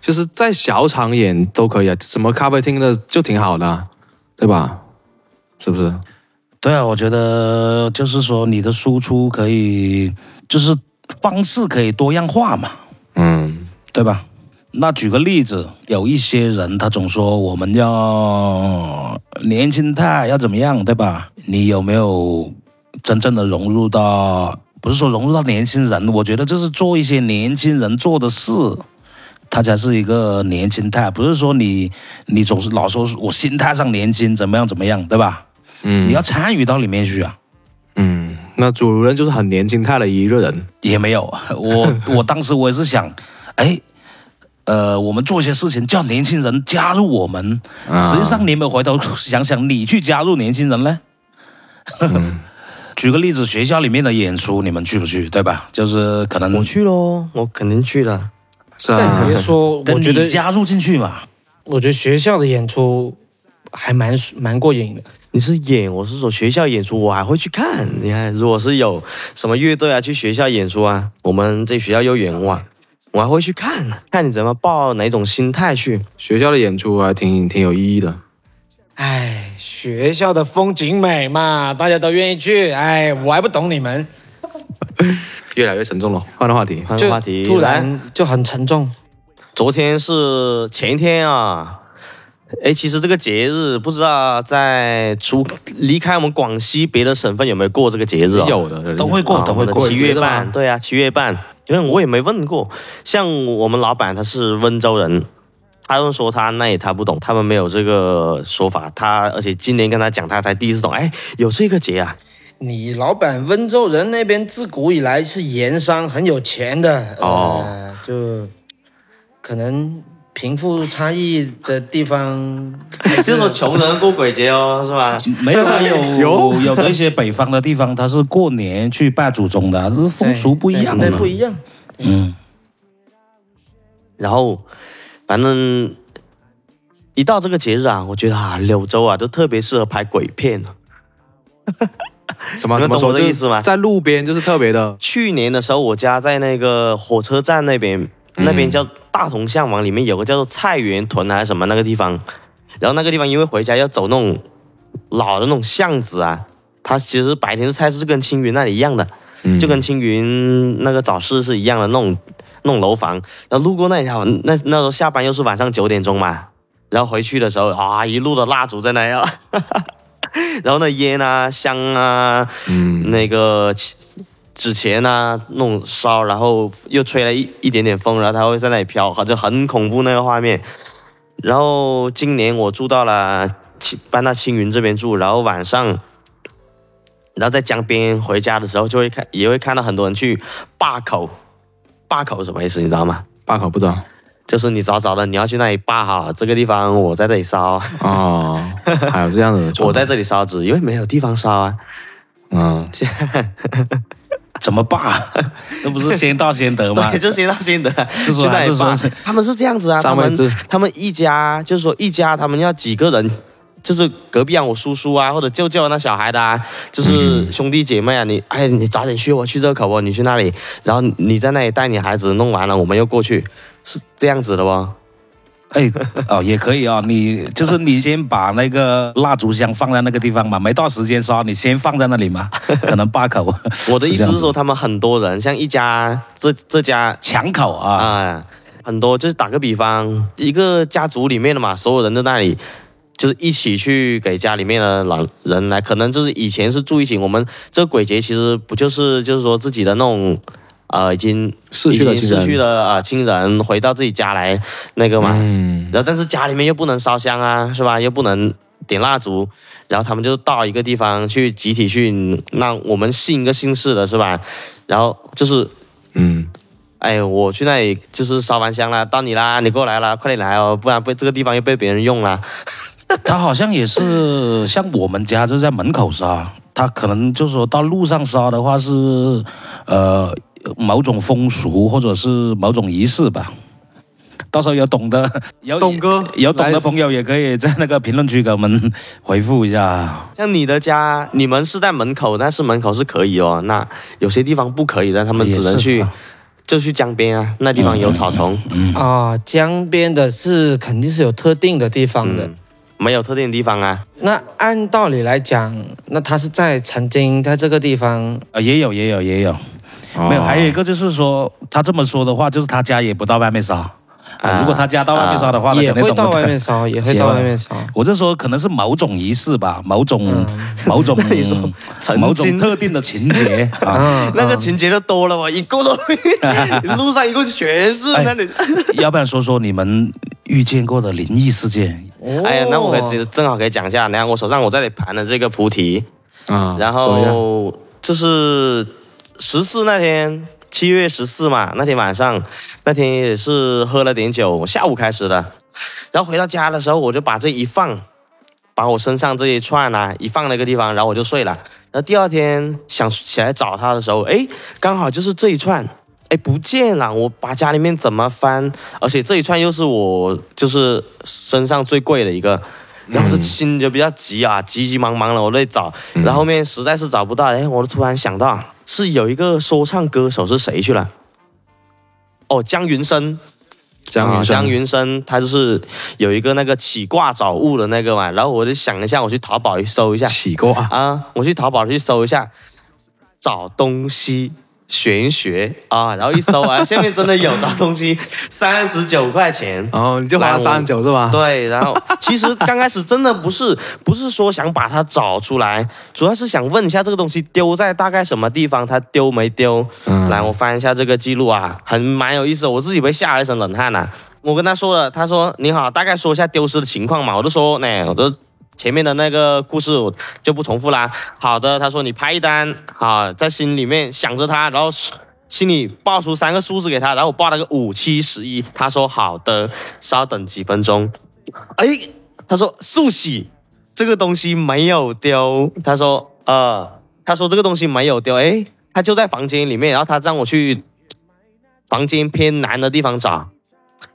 S2: 就是在小场演都可以啊，什么咖啡厅的就挺好的啊，对吧？是不是？
S1: 对啊，我觉得就是说你的输出可以，就是方式可以多样化嘛，
S2: 嗯
S1: 对吧？那举个例子，有一些人他总说我们要年轻态，要怎么样，对吧？你有没有真正的融入到？不是说融入到年轻人，我觉得就是做一些年轻人做的事，他才是一个年轻态。不是说你你总是老说我心态上年轻，怎么样怎么样，对吧？
S2: 嗯，
S1: 你要参与到里面去啊。
S2: 嗯，那主人就是很年轻态的一个人，
S1: 也没有，我我当时我也是想，哎，呃，我们做一些事情叫年轻人加入我们。实际上，你有没有回头想想，你去加入年轻人呢？ 举个例子，学校里面的演出，你们去不去？对吧？就是可能
S3: 我去喽，嗯我肯定去的。
S2: 是
S4: 但
S2: 啊
S4: 你别，说，
S1: 等
S4: 我觉得
S1: 你加入进去嘛。
S4: 我觉得学校的演出还蛮蛮过瘾的。
S3: 你是演，我是说学校演出，我还会去看。你看，如果是有什么乐队啊，去学校演出啊，我们这学校又远哇，我还会去看呢，看你怎么抱哪种心态去。
S2: 学校的演出还挺挺有意义的。
S4: 哎，学校的风景美嘛，大家都愿意去。哎，我还不懂你们，
S2: 越来越沉重了，换个话题。
S3: 换个
S4: 就
S3: 话题，
S4: 突
S3: 来
S4: 然就很沉重。
S3: 昨天是前一天啊，哎，其实这个节日不知道在除离开我们广西别的省份有没有过这个节日、啊？
S2: 有的
S1: 都会过
S3: 啊
S1: 都会
S3: 我们的
S1: 过
S3: 七
S2: 你
S3: 月
S2: 觉得吗
S3: 半，对啊，七月半，因为我也没问过。像我们老板他是温州人，他们说他那也他不懂，他们没有这个说法。他而且今年跟他讲，他才第一次懂，哎，有这个节啊。
S4: 你老板温州人那边自古以来是盐商，很有钱的
S3: 哦
S4: 呃就可能贫富差异的地 方还是，
S3: 这种穷人过鬼节哦，是吧？
S1: 没有啊，有有有的一些北方的地方，它是过年去拜祖宗的，这是风俗不一样的
S4: 对哎对
S1: 嘛
S4: 不。一样。
S1: 嗯，
S3: 然后反正一到这个节日啊，我觉得啊，柳州啊就特别适合拍鬼片了。
S2: 什么
S3: 你
S2: 怎么
S3: 们懂
S2: 说
S3: 我的
S2: 就是
S3: 意思吗
S2: 在路边就是特别的，
S3: 去年的时候，我家在那个火车站那边，那边叫大同巷往里面有个叫做菜园屯还是什么那个地方，然后那个地方因为回家要走那种老的那种巷子啊，它其实白天是菜市跟青云那里一样的，
S2: 嗯
S3: 就跟青云那个早市是一样的那种那种楼房。然后路过那里啊，那那时候下班又是晚上九点钟嘛，然后回去的时候啊，一路的蜡烛在那样， 然后那烟啊香啊，
S2: 嗯，
S3: 那个纸纸钱啊弄烧，然后又吹了一一点点风，然后它会在那里飘，就很恐怖那个画面。然后今年我住到了青搬到青云这边住，然后晚上，然后在江边回家的时候就会看，也会看到很多人去坝口。坝口什么意思？你知道吗？
S2: 八口不知道
S3: 就是你早早的你要去那里坝哈，这个地方我在这里烧， 啊
S2: 哦，还有这样的传统，
S3: 我在这里烧纸，因为没有地方烧啊。
S2: 嗯，
S1: 怎么办？ 那不是先到先得吗
S3: 对，？就先到先得，
S1: 就说
S3: 去那
S1: 还
S3: 里
S1: 是说
S3: 办
S1: 是。
S3: 他们是这样子啊，他
S2: 张
S3: 们
S2: 柏芝
S3: 他们一家就是说一家，他们要几个人，就是隔壁啊，我叔叔啊，或者舅舅啊那小孩的啊，就是兄弟姐妹啊，你哎，你早点去哦，我去这个口哦，你去那里，然后你在那里带你孩子弄完了，我们又过去，是这样子的哦。
S1: 哎，哦， 也可以啊、你就是你先把那个蜡烛香放在那个地方嘛，没到时间烧，你先放在那里 嘛，可能八口。
S3: 我的意
S1: 这
S3: 思
S1: 样
S3: 是
S1: 子
S3: 说，，他们很多人，像一家这这家
S1: 抢口啊，
S3: 啊，很多就是打个比方，一个家族里面的嘛，所有人在那里。就是一起去给家里面的老人来，可能就是以前是住一起。我们这个鬼节其实不就是就是说自己的那种，呃，已经
S2: 逝去的
S3: 已经
S2: 亲
S3: 逝去
S2: 人，
S3: 的啊、呃亲人回到自己家来那个嘛。
S2: 嗯，
S3: 然后但是家里面又不能烧香啊，是吧？又不能点蜡烛，然后他们就到一个地方去集体去，那我们信一个姓氏的是吧？然后就是
S2: 嗯，
S3: 哎，我去那里就是烧完香啦，到你啦，你过来啦，快点来哦，不然被这个地方又被别人用啦。
S1: 他好像也是像我们家就在门口烧，他可能就是说到路上杀的话是，呃，某种风俗或者是某种仪式吧。到时候有懂 的，有
S2: 东哥
S1: 有懂的
S2: 来
S1: 朋友也可以在那个评论区给我们回复一下。
S3: 像你的家，你们是在门口，但是门口是可以哦。那有些地方不可以的，他们只能
S1: 也
S3: 去
S1: 是啊
S3: 就去江边啊，那地方有草丛，
S1: 嗯
S4: 啊，江边的是肯定是有特定的地方的。
S3: 嗯没有特定地 方啊。
S4: 那按道理来讲，那他是在曾经在这个地方
S1: 啊，也有也有也有，
S2: 哦
S1: 没有，还有一个就是说，他这么说的话，就是他家也不到外面烧。
S3: 啊
S1: 如果他家到外面烧的话，那
S4: 也
S1: 肯定
S4: 会
S1: 懂
S4: 到
S1: 得
S4: 外面烧，也会
S1: 也
S4: 到
S1: 会
S4: 外面 烧。嗯
S1: 我是说，可能是某种仪式吧，某种、某 种
S3: 你说曾
S1: 某种
S3: 经
S1: 特定的情节啊。
S4: 嗯，
S3: 那个
S4: 嗯
S3: 情节就多了吧，哦一个都路上一个全是
S1: 哎
S3: 那里。
S1: 要不然说说你们遇见过的灵异事件？
S3: 哎呀，那我可以
S4: 哦
S3: 正好可以讲一下，你看我手上我这里盘的这个菩提，
S2: 啊
S3: 然后就是十四那天，七月十四嘛，那天晚上，那天也是喝了点酒，下午开始的。然后回到家的时候，我就把这一放，把我身上这一串啊一放那个地方，然后我就睡了。然后第二天想起来找他的时候，哎，刚好就是这一串。哎，不见了！我把家里面怎么翻，而且这一串又是我就是身上最贵的一个，然后这心就比较急啊，急急忙忙的我在找，
S2: 嗯
S3: 然后后面实在是找不到，哎，我突然想到是有一个说唱歌手是谁去了？哦，江云生，
S2: 江
S3: 啊
S2: 云
S3: 江云生，他就是有一个那个起卦找物的那个嘛，然后我就想一下，我去淘宝去搜一下
S2: 起过 啊，
S3: 啊，我去淘宝去搜一下找东西。玄学啊，然后一搜啊，下面真的有找东西，三十九块钱，
S2: 然哦后你就花了三十九是吧？
S3: 对，然后其实刚开始真的不是 不是说想把它找出来，主要是想问一下这个东西丢在大概什么地方，它丢没丢？
S2: 嗯
S3: 来，我翻一下这个记录啊，很蛮有意思的，我自己被吓了一身冷汗呐、啊我跟他说了，他说你好，大概说一下丢失的情况嘛，我就说呢、我都。前面的那个故事我就不重复啦。好的，他说你拍一单，好，在心里面想着他，然后心里报出三个数字给他，然后我报了个五七十一，他说好的，稍等几分钟。哎，他说速喜这个东西没有丢，他说呃，他说这个东西没有丢，哎，他就在房间里面，然后他让我去房间偏南的地方找，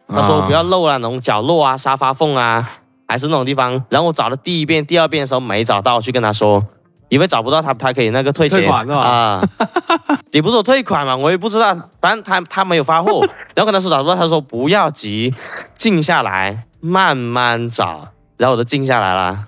S3: 他说不要漏啊，那种角落啊、沙发缝啊，还是那种地方。然后我找了第一遍、第二遍的时候没找到，我去跟他说，因为找不到他，他可以那个退钱
S2: 退款是吧
S3: 啊。 也不是我退款嘛，我也不知道，反正他他没有发货。然后跟他说找不到，他说不要急，静下来，慢慢找。然后我就静下 来了。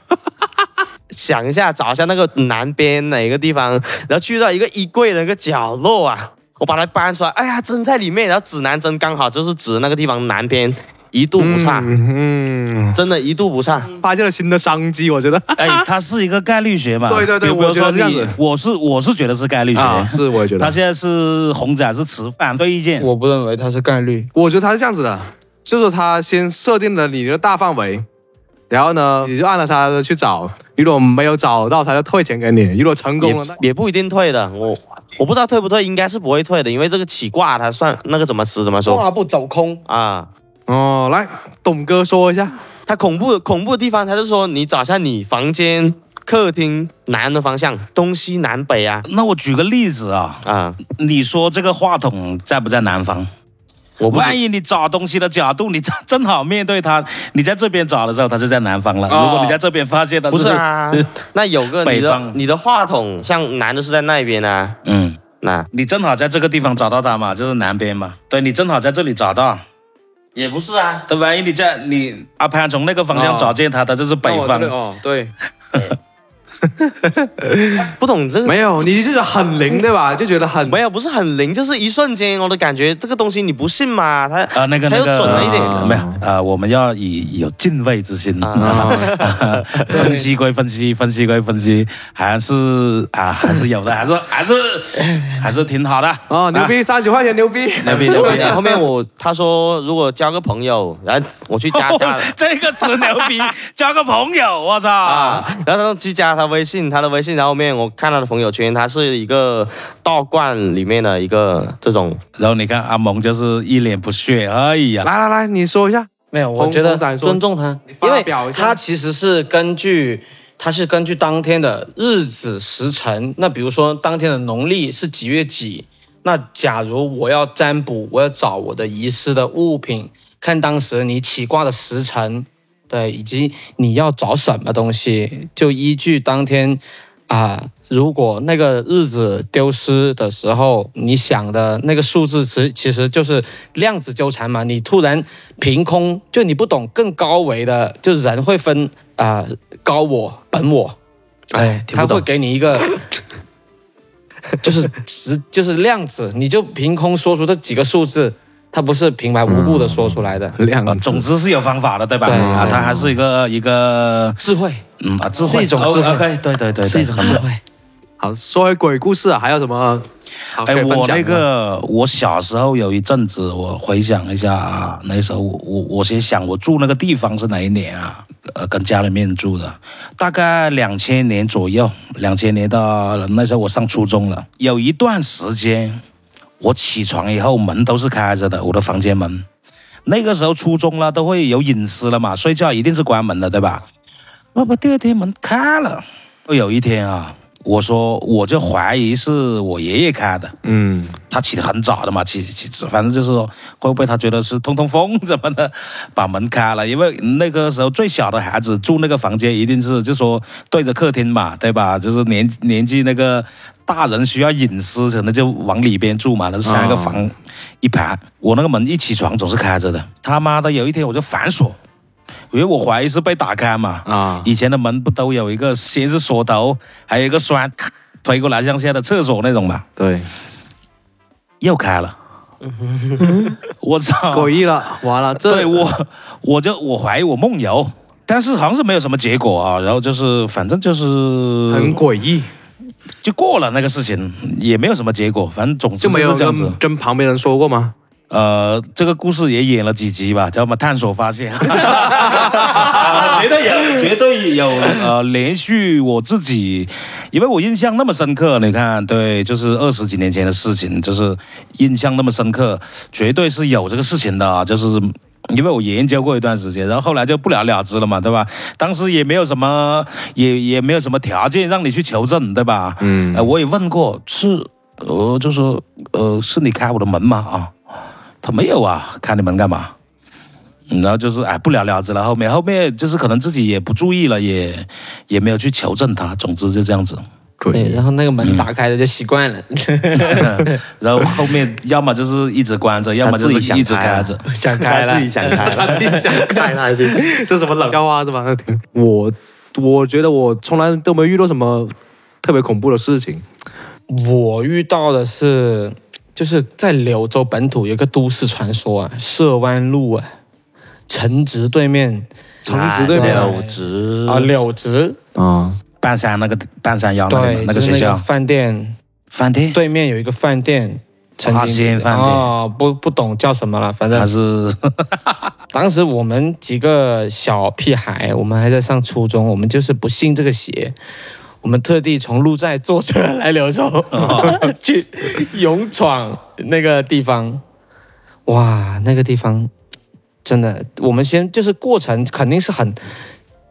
S3: 想一下，找一下那个南边哪个地方，然后去到一个衣柜的一个角落啊，我把它搬出来，哎呀，针在里面，然后指南针刚好就是指那个地方南边，一度不差，
S2: 嗯，
S3: 真的，一度不差。
S2: 发现了新的商机， 我觉得
S1: 哎，它是一个概率学嘛？
S2: 对对对
S1: 比如比如
S2: 我觉
S1: 说
S2: 得
S1: 你，
S2: 这样子
S1: 我是我是觉得是概率学。
S2: 啊，是我也觉
S1: 他
S2: 得，
S1: 现在是红仔是持反对意见。
S4: 我不认为它是概率。
S2: 我觉得他是这样子的，就是他先设定了你的大范围，然后呢，你就按照他的去找，如果没有找到，他就退钱给你；如果成功了，那
S3: 也也不一定退的，我我不知道退不退，应该是不会退的，因为这个起卦它算那个怎么词怎么说
S4: 话不走空，
S3: 啊？
S2: 哦，来，董哥说一下，
S3: 它恐怖恐怖的地方，它就说你找一下你房间、客厅南的方向，东西南北啊
S1: 那我举个例子啊，
S3: 啊！
S1: 你说这个话筒在不在南方？
S3: 我不知
S1: 万一你找东西的角度，你正正好面对它，你在这边找的时候，它就在南方了。
S2: 哦
S1: 如果你在这边发现它
S3: 不是，啊，那有个你
S1: 北
S3: 的
S1: 方
S3: 你的话筒像男的是在那边啊，
S1: 嗯，
S3: 那
S1: 你正好在这个地方找到它嘛，就是南边嘛。对你正好在这里找到，
S3: 也不是啊，
S1: 对，万一你在你阿潘从那个方向
S2: 哦
S1: 找见它，它就是北
S2: 那我
S1: 方
S2: 这。里哦， 对，
S3: 不懂这个
S2: 没有，你就是很灵对吧？就觉得很
S3: 没有，不是很灵，就是一瞬间我都感觉这个东西你不信嘛，它
S1: 啊，那个
S3: 它
S1: 那
S3: 又
S1: 个
S3: 准了一点。
S1: 呃没有啊，我们要以有敬畏之心， 分析归分析，分析归分析，还是啊，还是有的，还是还是还是挺好的
S2: 哦，牛逼，三十九块钱牛逼，
S1: 牛逼
S3: 后
S1: 牛逼！
S3: 面后面我他说如果交个朋友，然后我去加 加
S1: 这个词牛逼，交个朋友，我操！
S3: 啊，然后他去加他微信，他的微信，然后后面我看他的朋友圈，他是一个道观里面的一个这种
S1: 然后你看阿蒙就是一脸不屑，哎呀，
S2: 来来来，你说一下，
S4: 没有，我
S2: 红
S4: 觉得
S2: 红仔说
S4: 尊重他，
S2: 发
S4: 因为
S2: 表一下
S4: 他其实是根据它是根据当天的日子时辰。那比如说当天的农历是几月几，那假如我要占卜，我要找我的遗失的物品，看当时你起卦的时辰，对，以及你要找什么东西，就依据当天啊、如果那个日子丢失的时候，你想的那个数字其其实就是量子纠缠嘛，你突然凭空就你不懂更高维的，就人会分啊、高我、本我，
S3: 哎
S4: 哎，
S3: 听
S4: 他
S3: 不懂
S4: 会给你一 个就是值就是量子，你就凭空说出这几个数字，它不是平白无故的说出来的，
S3: 嗯
S2: 量
S1: 啊，
S2: 子
S1: 总之是有方法的，对吧？
S4: 对
S1: 啊，
S4: 对
S1: 它还是一个一个
S4: 智慧
S1: 嗯啊，智慧
S4: 是一种智慧
S1: o k 对对对对，
S4: 是一种智慧。
S2: 好，说回鬼故事啊，还有什么？好可
S1: 哎，
S2: 以分
S1: 我
S2: 享
S1: 那
S2: 吗
S1: 个，我小时候有一阵子，我回想一下啊，那时候我我我先想，我住那个地方是哪一年啊？呃，跟家里面住的，大概两千年左右，两千年到那时候我上初中了，有一段时间，我起床以后门都是开着的，我的房间门。那个时候初中了，都会有隐私了嘛，睡觉一定是关门的，对吧？那么第二天门开了，有一天啊，我说我就怀疑是我爷爷开的，
S2: 嗯，
S1: 他起得很早的嘛，起起起反正就是说，会不会他觉得是通通风什么的，把门开了？因为那个时候最小的孩子住那个房间，一定是就说对着客厅嘛，对吧？就是年年纪那个大人需要隐私，可能就往里边住嘛，那三个房、一排。我那个门一起床总是开着的，他妈的有一天我就反锁，因为我怀疑是被打开嘛，
S2: 啊，
S1: 以前的门不都有一个先是锁头，还有一个栓咔推过来，像现在的厕所那种嘛。
S2: 对，
S1: 又开了。
S2: 嗯
S1: 我操！
S2: 诡异了，完了，这
S1: 对我，我就我怀疑我梦游，但是好像是没有什么结果啊。然后就是反正就是
S2: 很诡异，
S1: 就过了那个事情，也没有什么结果。反正总之
S2: 就没有
S1: 是这样子
S2: 跟。跟旁边人说过吗？
S1: 呃，这个故事也演了几集吧，叫什么探索发现，啊绝对有，绝对有。呃，连续我自己，因为我印象那么深刻，你看，对，就是二十几年前的事情，就是印象那么深刻，绝对是有这个事情的啊，就是。因为我研究过一段时间，然后后来就不了了之了嘛，对吧？当时也没有什么，也也没有什么条件让你去求证，对吧？
S2: 嗯
S1: 呃，我也问过，是，呃，就说，呃，是你开我的门吗？啊，他没有啊，开你门干嘛？嗯然后就是哎，不了了之了。后面后面就是可能自己也不注意了，也也没有去求证他。总之就这样子。
S2: 诡
S4: 对，
S2: 异，
S4: 然后那个门打开了就习惯了，
S1: 然后后面 要么就是一直关着，要么就是一直开着。
S4: 想啊开了
S3: 他自。己想开 了，
S2: 自己想
S3: 开了，自己
S2: 这什么冷笑话是吧？我我觉得我从来都没遇到什么特别恐怖的事情。
S4: 我遇到的是，就是在柳州本土有一个都市传说啊，社湾路啊，城直对面
S2: 城
S3: 哎
S2: 直对面
S3: 柳
S1: 嗯
S3: 直
S4: 啊、柳直
S2: 啊，
S1: 半山那个半山腰啊那个
S4: 对，
S1: 那个
S4: 就是
S1: 学
S4: 那个
S1: 校
S4: 饭店
S1: 饭店
S4: 对面有一个饭店。曾
S1: 花
S4: 经
S1: 仙饭店
S4: 哦，不不懂叫什么了，反正
S1: 还是
S4: 当时我们几个小屁孩，我们还在上初中，我们就是不信这个邪，我们特地从路寨坐车来柳州， 去勇闯那个地方。哇，那个地方真的，我们先就是过程肯定是很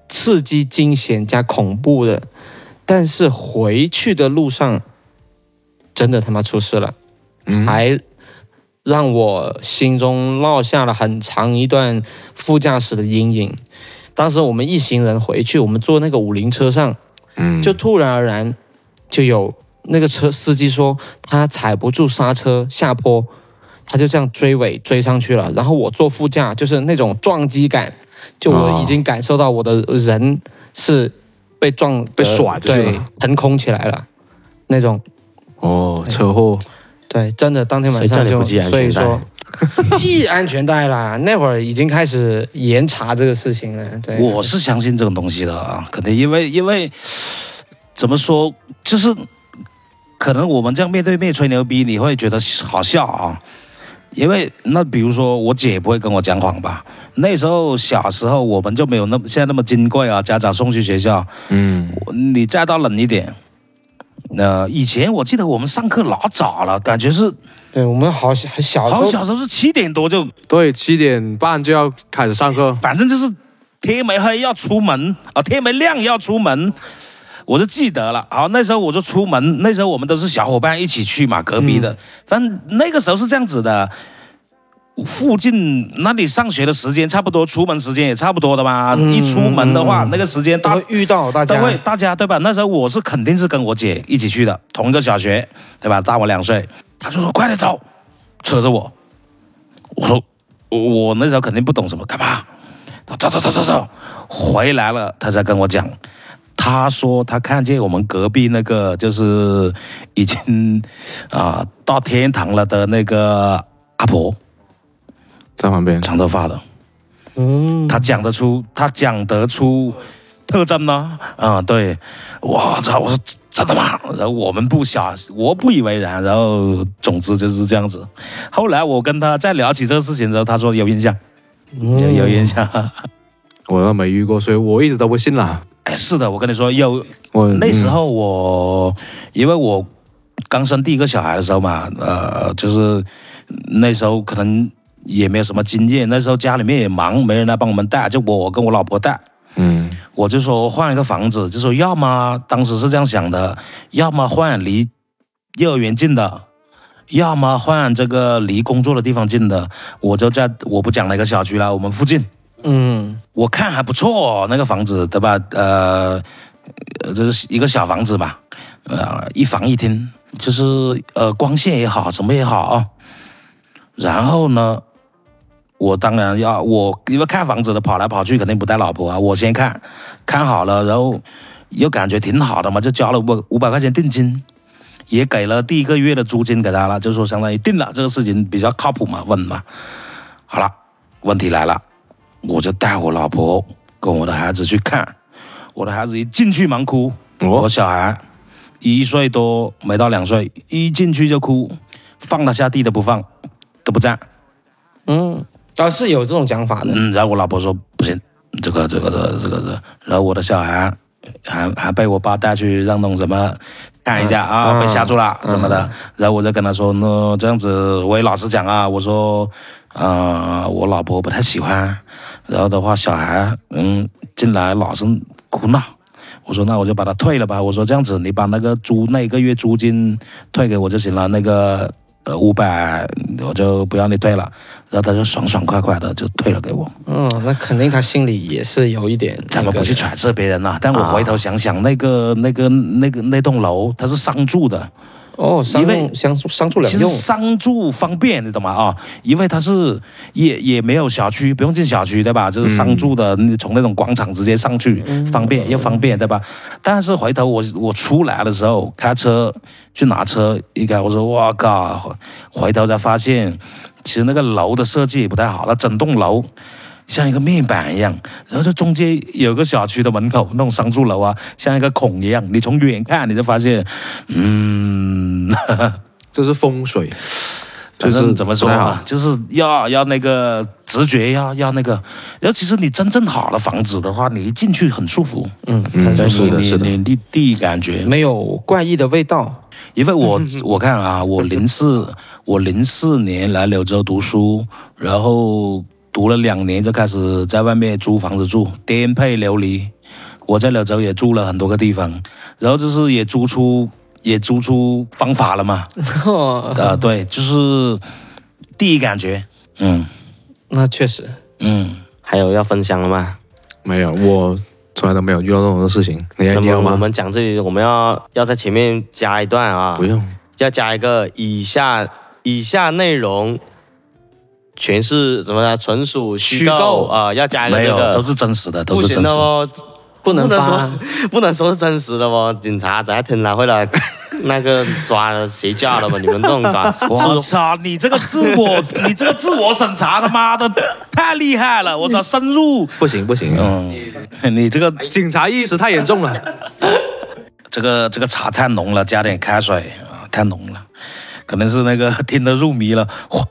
S4: 刺激、惊险加恐怖的，但是回去的路上真的他妈出事了。
S2: 嗯，
S4: 还让我心中落下了很长一段副驾驶的阴影。当时我们一行人回去，我们坐那个五菱车上，
S2: 嗯
S4: 就突然而然就有那个车司机说他踩不住刹车下坡，他就这样追尾追上去了。然后我坐副驾，就是那种撞击感，就我
S2: 哦
S4: 已经感受到我的人是被撞呃
S2: 被甩出去了
S4: 对，腾空起来了那种。
S2: 哦，车祸
S4: 对，真的当天晚上
S3: 谁叫你
S4: 就
S3: 不系安
S4: 所以
S3: 全带
S4: 说系安全带啦，那会儿已经开始严查这个事情了。对，
S1: 我是相信这种东西的啊，肯定因为因为怎么说，就是可能我们这样面对面吹牛逼，你会觉得好笑啊。因为那比如说我姐不会跟我讲谎吧？那时候小时候我们就没有那么现在那么金贵啊，家长送去学校，
S2: 嗯，
S1: 我你再到冷一点。呃，以前我记得我们上课老早了，感觉是
S4: 对我们好小小
S1: 好
S4: 时
S1: 像小
S4: 候
S1: 时候是七点多就，
S2: 对，七点半就要开始上课，
S1: 反正就是天没黑要出门啊，天没亮要出门，我就记得了。好，那时候我就出门，那时候我们都是小伙伴一起去嘛，隔壁
S4: 嗯
S1: 的，反正那个时候是这样子的。附近那里上学的时间差不多，出门时间也差不多的嘛。
S4: 嗯
S1: 一出门的话，那个时间
S4: 都
S1: 大
S4: 会遇到大
S1: 都
S4: 家
S1: 会大家对吧？那时候我是肯定是跟我姐一起去的，同一个小学，对吧？大我两岁，她就说快点走，扯着我，我说我我那时候肯定不懂什么，干嘛？她走走走走走，回来了，她才跟我讲，她说她看见我们隔壁那个就是已经啊、到天堂了的那个阿婆，
S2: 在旁边
S1: 长头发的，嗯，他讲得出，他讲得出特征呢，啊，对，我操，我说真的吗？然后我们不傻，我不以为然，然后总之就是这样子。后来我跟他在聊起这个事情的时候，他说有印象，
S4: 嗯
S1: 有有印象。
S2: 我都没遇过，所以我一直都不信啦。
S1: 哎，是的，我跟你说，有
S2: 我
S1: 那时、
S2: 嗯
S1: 候我，因为我刚生第一个小孩的时候嘛，呃，就是那时候可能也没有什么经验，那时候家里面也忙，没人来帮我们带，就我我跟我老婆带。
S2: 嗯，
S1: 我就说换一个房子，就说要么当时是这样想的，要么换离幼儿园近的，要么换这个离工作的地方近的。我就在我不讲哪个小区了，我们附近，
S4: 嗯
S1: 我看还不错、哦、那个房子，对吧？呃，呃就是一个小房子嘛，呃，一房一厅，就是呃光线也好，什么也好啊。然后呢，我当然要我因为看房子的跑来跑去肯定不带老婆啊，我先看，看好了，然后又感觉挺好的嘛，就交了五百五百块钱定金，也给了第一个月的租金给他了，就说相当于定了，这个事情比较靠谱嘛，稳嘛。好了，问题来了，我就带我老婆跟我的孩子去看，我的孩子一进去忙哭，我
S2: 我
S1: 小孩一岁多没到两岁，一进去就哭，放他下地都不放，都不站。
S4: 嗯，啊是有这种讲法的，
S1: 嗯，然后我老婆说不行，这个这个这个这个这个，然后我的小孩还还被我爸带去让弄什么看一下啊，
S4: 嗯
S1: 被吓住了
S4: 嗯
S1: 什么的。然后我就跟他说，那这样子我也老实讲啊，我说，呃，我老婆不太喜欢，然后的话小孩嗯进来老是哭闹。我说那我就把他退了吧。我说这样子，你把那个租那一个月租金退给我就行了，那个呃五百我就不要你退了。然后他就爽爽快快的就退了给我。
S4: 嗯，那肯定他心里也是有一点那个的，
S1: 咱们不去揣测别人呐、但我
S4: 啊
S1: 回头想想，那个、那个、那个那栋楼，它是商住的，
S4: 哦，商
S1: 因为
S4: 用相商住两
S1: 其实
S4: 用，
S1: 商住方便，你懂吗？啊、因为它是也也没有小区，不用进小区，对吧？就是商住的，你从那种广场直接上去，
S4: 嗯
S1: 方便又方便，对吧？但是回头我我出来的时候，开车去拿车，一开我说我靠，回头才发现，其实那个楼的设计也不太好，它整栋楼。像一个面板一样，然后就中间有个小区的门口那种商住楼啊，像一个孔一样，你从远看你就发现，嗯，
S2: 这是风水，
S1: 反正怎么说
S2: 不太好
S1: 啊，就是要要那个直觉，要要那个。尤其是你真正好的房子的话，你一进去很舒服，
S4: 嗯，
S2: 嗯
S4: 他
S1: 对
S2: 是的
S1: 你
S2: 是的
S1: 你你第第一感觉。
S4: 没有怪异的味道，
S1: 因为
S2: 嗯
S1: 我我看啊，我零四我零四年来柳州读书，然后读了两年就开始在外面租房子住，颠沛流离。我在柳州也住了很多个地方，然后就是也租出也租出方法了 嘛，
S4: 哦
S1: 啊、对，就是第一感觉，嗯。
S4: 那确实，
S1: 嗯，
S3: 还有要分享了吗？没
S2: 有，我从来都没有遇到这种事情。你
S3: 那
S2: 你
S3: 么
S2: 有
S3: 我
S2: 吗？
S3: 们讲这里，我们要要在前面加一段啊，
S2: 不用，
S3: 要加一个以下以下内容全是什么呢？纯属虚
S4: 虚构
S3: 构啊、要加一个
S1: 没
S3: 这
S1: 有，
S3: 个，
S1: 都是真实的，都
S3: 不
S1: 是
S3: 行
S1: 真
S3: 的
S1: 实。
S3: 哦，
S4: 不能
S3: 不能
S4: 发
S3: 说， 不能说是真实的哦，警察在天来会来 那个抓了谁叫了吧？你们这种抓，
S1: 我
S3: 是
S1: 操！你这个自 我，你这个自我审查，他妈的太厉害 了！我操，深入，
S2: 不行不行，
S1: 嗯， 你这个
S2: 警察意识太严重了。
S1: 这个这个茶太浓了，加点开水啊，太浓了，可能是那个 听得入迷了。哇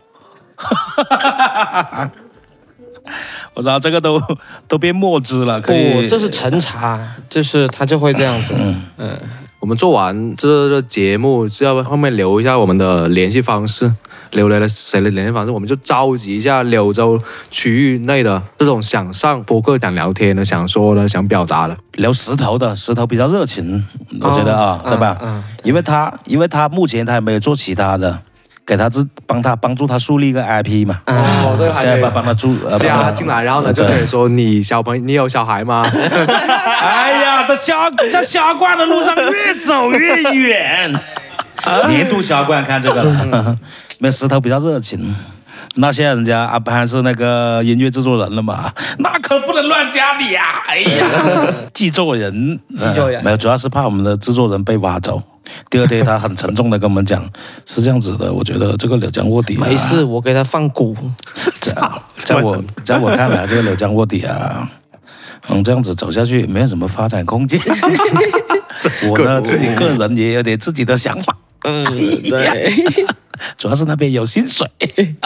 S1: 我操，这个都都变墨汁了，
S4: 不
S1: 可以。，
S4: 这是陈茶，就是他就会这样子，嗯，
S2: 我们做完这个节目，是要后面留一下我们的联系方式，留来了谁的联系方式，我们就召集一下柳州区域内的这种想上博客想聊天的、想说的、想表达的，
S1: 聊石头的，石头比较热情，我
S4: 哦
S1: 觉得啊，
S4: 嗯
S1: 对吧？
S4: 嗯
S1: 因为他因为他目前他也没有做其他的，给他自帮他帮助他树立一个 IP 嘛，
S4: 啊，
S2: 这
S1: 现在帮帮他助呃帮
S2: 加
S1: 他
S2: 进来，然后呢就可以说你小朋你有小孩 吗？
S1: 哎呀，在销在销冠的路上越走越远。年度销冠看这个 了，那啊石头比较热情。那现在人家阿潘是那个音乐制作人了嘛，那可不能乱加你呀、哎 呀，制作人，制
S4: 作人
S1: 没有，主要是怕我们的制作人被挖走。第二天他很沉重的跟我们讲，是这样子的，我觉得这个柳江卧底、啊、
S4: 没事，我给他放蛊，
S1: 在我在我看来，这个柳江卧底啊， 嗯，这样子走下去也没有什么发展空间。 我呢，自己个人也有点自己的想法，
S4: 嗯，对，
S1: 主要是那边有薪水。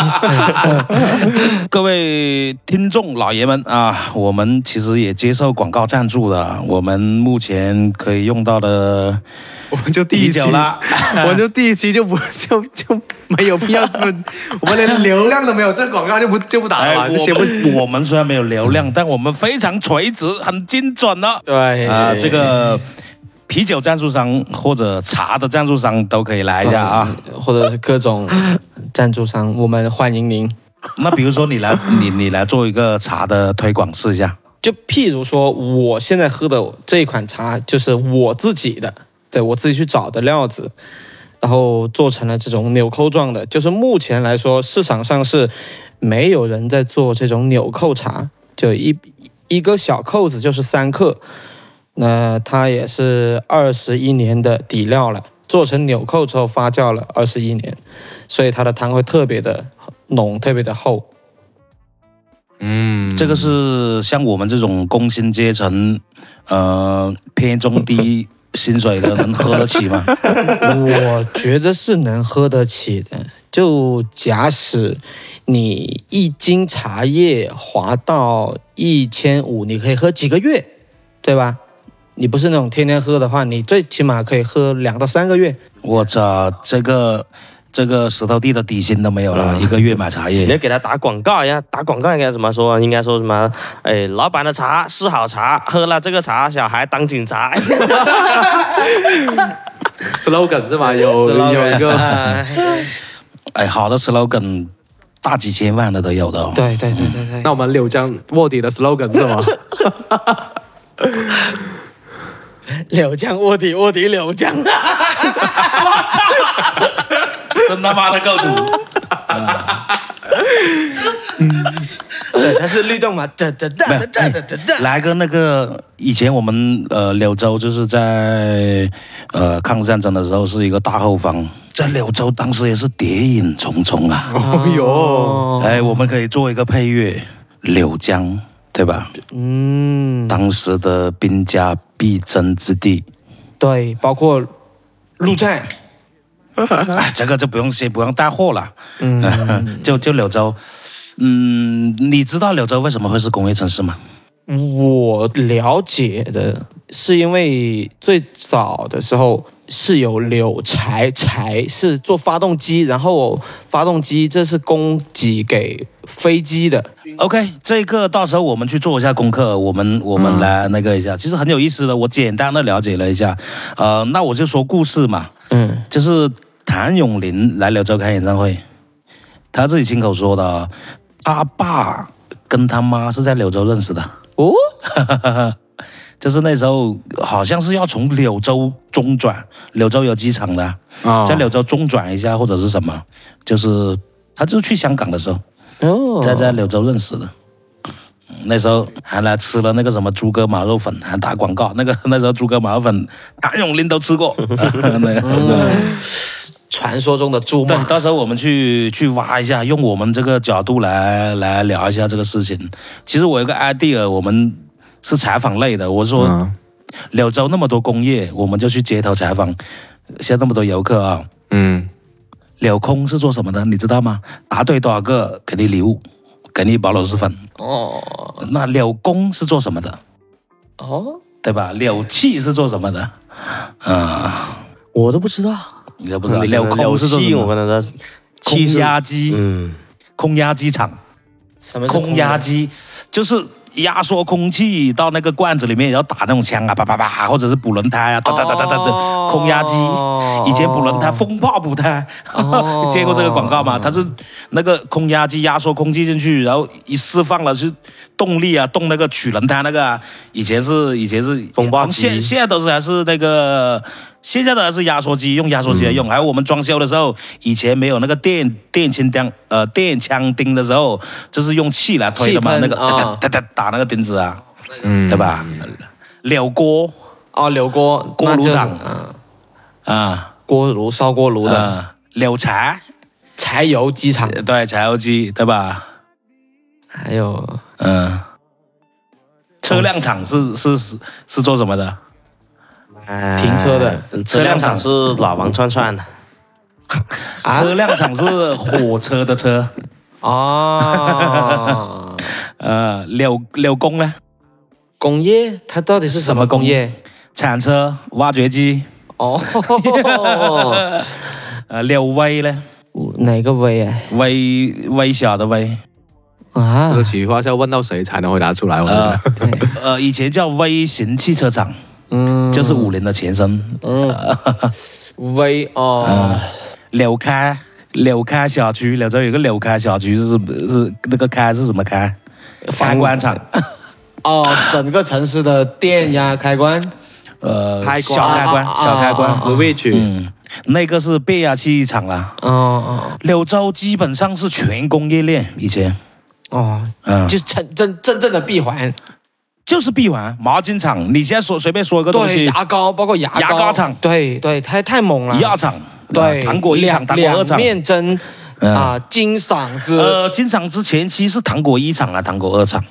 S1: 各位听众老爷们啊，我们其实也接受广告赞助的，我们目前可以用到的
S2: 我们就第一
S1: 啤
S2: 期
S1: 酒啦
S2: 我们就第一期就不就就没有必要不，我们连流量都没有，这广告就不就不打了吧，就啊哎先不。
S1: 哎我我们虽然没有流量，但我们非常垂直，很精准了。
S4: 对嗯
S1: 啊、这个啤酒赞助商或者茶的赞助商都可以来一下
S4: 嗯
S1: 啊。
S4: 或者是各种赞助商，我们欢迎您。
S1: 那比如说你来，你你来做一个茶的推广试一下。
S4: 就譬如说，我现在喝的这一款茶就是我自己的，对我自己去找的料子，然后做成了这种纽扣状的。就是目前来说，市场上是没有人在做这种纽扣茶，就一一个小扣子就是三克，那它也是二十一年的底料了，做成纽扣之后发酵了二十一年，所以它的汤会特别的浓，特别的厚。
S2: 嗯
S1: 这个是像我们这种工薪阶层，呃，偏中低薪水的能喝得起吗？
S4: 我觉得是能喝得起的。就假使你一斤茶叶划到一千五，你可以喝几个月，对吧？你不是那种天天喝的话，你最起码可以喝两到三个月。
S1: 我操，这个这个石头地的底薪都没有了，一个月买茶
S3: 你要
S1: 叶。
S3: 给他打广告呀，打广告应该怎么说？应该说什么？哎，老板的茶是好茶，喝了这个茶，小孩当警察。
S2: 哎 slogan 是吧？有有一个
S1: 哎，好的 slogan，大几千万的都有的、哦。
S4: 对对对对对，
S2: 那我们柳江卧底的 slogan 是吗？
S4: 柳江卧底卧底柳江，
S1: 真他妈的够土！
S4: 嗯对，它是律动嘛，哒哒哒哒哒哒哒哒。
S1: 来个那个，以前我们呃柳州就是在呃抗日战争的时候是一个大后方，在柳州当时也是谍影重重啊。
S2: 哦哟，
S4: 哦，
S1: 哎，我们可以做一个配乐，《柳江》，对吧？
S4: 嗯，
S1: 当时的兵家必争之地，
S4: 对，包括陆战，
S1: 哎，这个就不用先不用带货了，
S4: 嗯，
S1: 就就柳州。嗯，你知道柳州为什么会是工业城市吗？
S4: 我了解的是，因为最早的时候是有柳柴，柴是做发动机，然后发动机这是供给给飞机的。
S1: OK，这个到时候我们去做一下功课，我们我们来那个一下，其实很有意思的，我简单的了解了一下，呃，那我就说故事嘛，
S4: 嗯，
S1: 就是谭咏麟来柳州开演唱会，他自己亲口说的啊，他爸跟他妈是在柳州认识的，
S4: 哦，
S1: 就是那时候好像是要从柳州中转，柳州有机场的啊，
S2: 哦
S1: 在柳州中转一下或者是什么，就是他就是去香港的时候，
S4: 哦，
S1: 在在柳州认识的。嗯那时候还来吃了那个什么猪哥马肉粉，还打广告。那个 那时候猪哥马肉粉，谭咏麟都吃过。那个
S4: 传说中的猪
S1: 对，
S4: 嘛。
S1: 到时候我们去去挖一下，用我们这个角度来来聊一下这个事情。其实我有个 idea，我们是采访类的。我说、
S2: 嗯
S1: 柳州那么多工业，我们就去街头采访。现在那么多游客啊，
S2: 嗯，
S1: 柳空是做什么的？你知道吗？答对多少个给你礼物，给你一包螺蛳粉。
S4: 哦
S1: 那柳工是做什么的？
S4: 哦，
S1: 对吧？柳气是做什么的？啊、
S3: 我都不知道，
S1: 你都不知道。柳空
S3: 柳
S1: 是做什
S3: 气，我
S1: 么
S3: 嗯可
S1: 的？
S3: 能都是
S1: 空
S3: 七十
S1: 压机，
S3: 嗯，
S1: 空压机场，
S4: 什么是
S1: 空压？机就是压缩空气到那个罐子里面，然后打那种枪啊，叭叭叭，或者是补轮胎啊，哒哒哒哒哒的
S4: 哦
S1: 空压机。以前补轮胎，风暴补胎，
S4: 哦
S1: 见过这个广告吗？它是那个空压机压缩空气进去，然后一释放了是动力啊，动那个取轮胎那个啊。以前是以前是
S3: 风暴机
S1: 现现在都是还是那个现在的还是压缩机，用压缩机来
S4: 嗯
S1: 用。还有我们装修的时候，以前没有那个电电铅钉，呃，电枪钉的时候，就是用气来推的嘛，
S4: 气
S1: 那
S4: 喷
S1: 个
S4: 啊
S1: 哒哒哒打那个钉子啊，
S2: 嗯
S1: 对？吧？燎锅
S4: 哦，刘锅
S1: 锅炉
S4: 那就
S1: 厂
S4: 嗯，
S1: 啊，
S4: 锅炉烧锅炉的
S1: 啊，燎柴，
S4: 柴油机场，
S1: 对，柴油机，对吧？
S4: 还有
S1: 嗯，车辆厂是是是是做什么的？
S4: 停车的
S3: 呃车辆厂是老王串串的，
S4: 啊
S1: 车辆厂是火车的车。
S4: 哦，
S1: 呃，柳柳工呢？
S4: 工业它到底是什么工业？
S1: 铲车、挖掘机。
S4: 哦，
S1: 呃，柳微呢？
S4: 哪个威啊？
S1: 微微小的微。
S4: 啊
S2: 这个，企划是要问到谁才能回答出来？我觉
S1: 呃
S2: 得
S1: 呃，以前叫微型汽车厂，
S4: 嗯，
S1: 就是五菱的前身。
S4: 嗯， 威哦，
S1: 啊柳开。柳开小区，柳州有个柳开小区是是那个开是什么开？开关厂，
S4: 哦，整个城市的电压开关，
S1: 呃，
S2: 开关
S1: 小开关，
S4: 啊啊啊
S1: 小 开关，
S4: 啊啊
S2: Switch
S1: 嗯，那个是变压器厂啦。
S4: 哦哦
S1: 柳州基本上是全工业链，以前，
S4: 哦，
S1: 嗯，
S4: 就真真真正的闭环，
S1: 就是闭环毛巾厂，你现在说随便说一个东
S4: 对，
S1: 西，
S4: 牙膏包括牙膏
S1: 牙膏厂
S4: 对对，太太猛了，
S1: 药厂，
S4: 对，
S1: 啊糖果一厂，
S4: 两
S1: 糖果二
S4: 两
S1: 厂，
S4: 面针
S1: 嗯
S4: 啊，金嗓子，
S1: 呃，金厂之前期是糖果一厂啊，糖果二厂。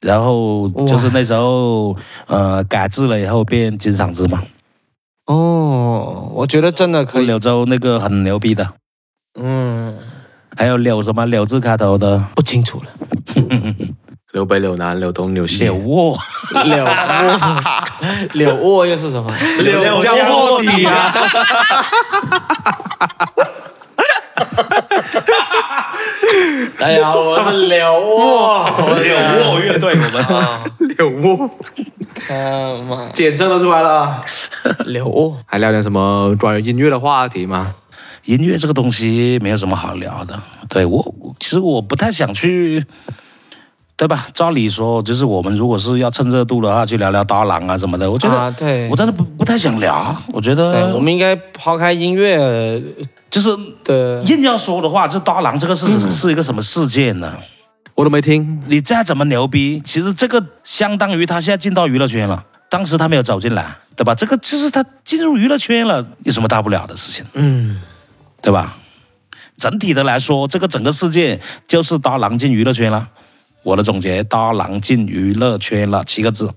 S1: 然后就是那时候，呃，改制了以后变金厂子嘛。
S4: 哦，我觉得真的可以，
S1: 柳州那个很牛逼的，
S4: 嗯，
S1: 还有柳什么柳字开头的
S4: 不清楚了，
S2: 柳北、柳南、柳东、柳西。
S1: 柳 沃，
S4: 柳沃， 柳沃又是什么？
S2: 柳江卧底啊！
S4: 哎呀，我们柳沃，
S1: 柳沃乐队，我 们
S2: 柳窝，
S4: 嗯妈，
S2: 简称都出来了。啊
S4: 柳沃，
S2: 还聊点什么关于音乐的话题吗？
S1: 音乐这个东西没有什么好聊的。对我，我其实我不太想去，对吧？照理说，就是我们如果是要趁热度的话，去聊聊刀郎啊什么的，我觉得、
S4: 啊，对
S1: 我，真的不不太想聊。啊我觉
S4: 对，
S1: 得
S4: 我们应该抛开音乐
S1: 就是
S4: 的，
S1: 硬要说的话，这刀郎这个是、
S4: 嗯
S1: 是一个什么事件呢？
S2: 我都没听。
S1: 你再怎么牛逼，其实这个相当于他现在进到娱乐圈了。当时他没有走进来，对吧？这个就是他进入娱乐圈了，有什么大不了的事情？
S4: 嗯，
S1: 对吧？整体的来说，这个整个世界就是刀郎进娱乐圈了。我的总结：刀郎进娱乐圈了七个字，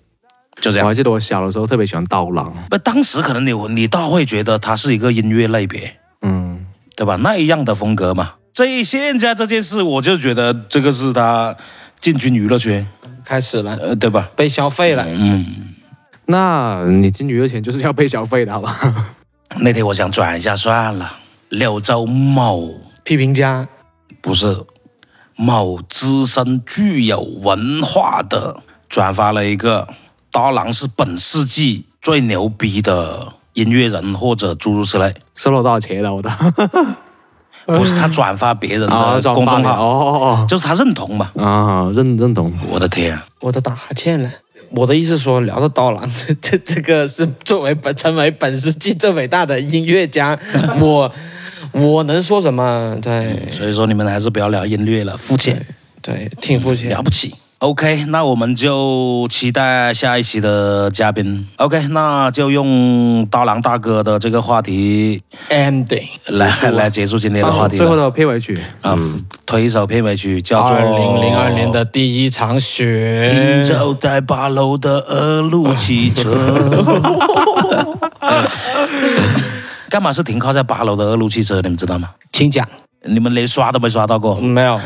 S1: 就这
S2: 我
S1: 样
S2: 还。记得我小的时候特别喜欢刀郎。
S1: 不，当时可能你你倒会觉得它是一个音乐类别，
S2: 嗯，
S1: 对吧？那一样的风格嘛。所以现在这件事，我就觉得这个是他进军娱乐圈，
S4: 开始了，
S1: 呃，对吧？
S4: 被消费了，
S1: 嗯，
S2: 那你进娱乐圈就是要被消费的好吧？
S1: 那天我想转一下算了。柳州某
S4: 批评家，
S1: 不是某资深具有文化的转发了一个刀郎是本世纪最牛逼的音乐人或者诸如此类，
S2: 收了多少钱了？我的
S1: 不是他转发别人
S2: 嗯 啊，
S1: 的
S2: 转
S1: 公
S2: 发
S1: 众
S2: 了
S1: 号，
S2: 哦
S1: 就是他认同嘛。
S2: 哦啊，认认同。
S1: 我的天、啊，
S4: 我都打哈欠了。我的意思说，聊到刀郎，这 这这个是作为本成为本世纪最伟大的音乐家，我我能说什么？对
S1: 所以说你们还是不要聊音乐了，肤浅，
S4: 对，挺肤浅
S1: 了。不起。OK，那我们就期待下一期的嘉宾。OK，那就用刀郎大哥的这个话题
S4: ending
S1: 来来结束今天的话题了。
S2: 最后的片尾 曲，
S1: 啊，推一首片尾曲叫做
S4: 二零零二年的第一场
S1: 临
S4: 雪，
S1: 走在八楼的二路汽车。干嘛是停靠在八楼的二路汽车？你们知道吗？
S4: 请讲。
S1: 你们连刷都没刷到过，
S4: 没有，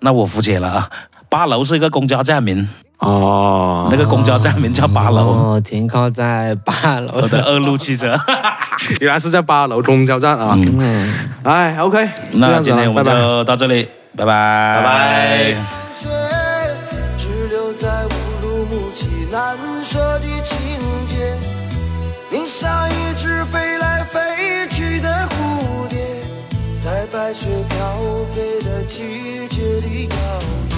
S1: 那我肤浅了啊！八楼是一个公交站名，
S2: 哦
S1: 那个公交站名叫八楼，
S4: 哦，停靠在八楼
S1: 我的
S4: 的。
S1: 二路汽车。
S2: 原来是在八楼公交站啊。
S4: 嗯，
S2: 哎，OK，这
S1: 那
S2: 样子
S1: 今
S2: 了
S1: 天我们
S2: 拜拜
S1: 就到这里，拜拜，
S3: 拜拜。
S5: 水，只留在乌鲁木齐难舍的情节。你像一只飞来飞去的蝴蝶，在白雪飘飞的季节里摇曳。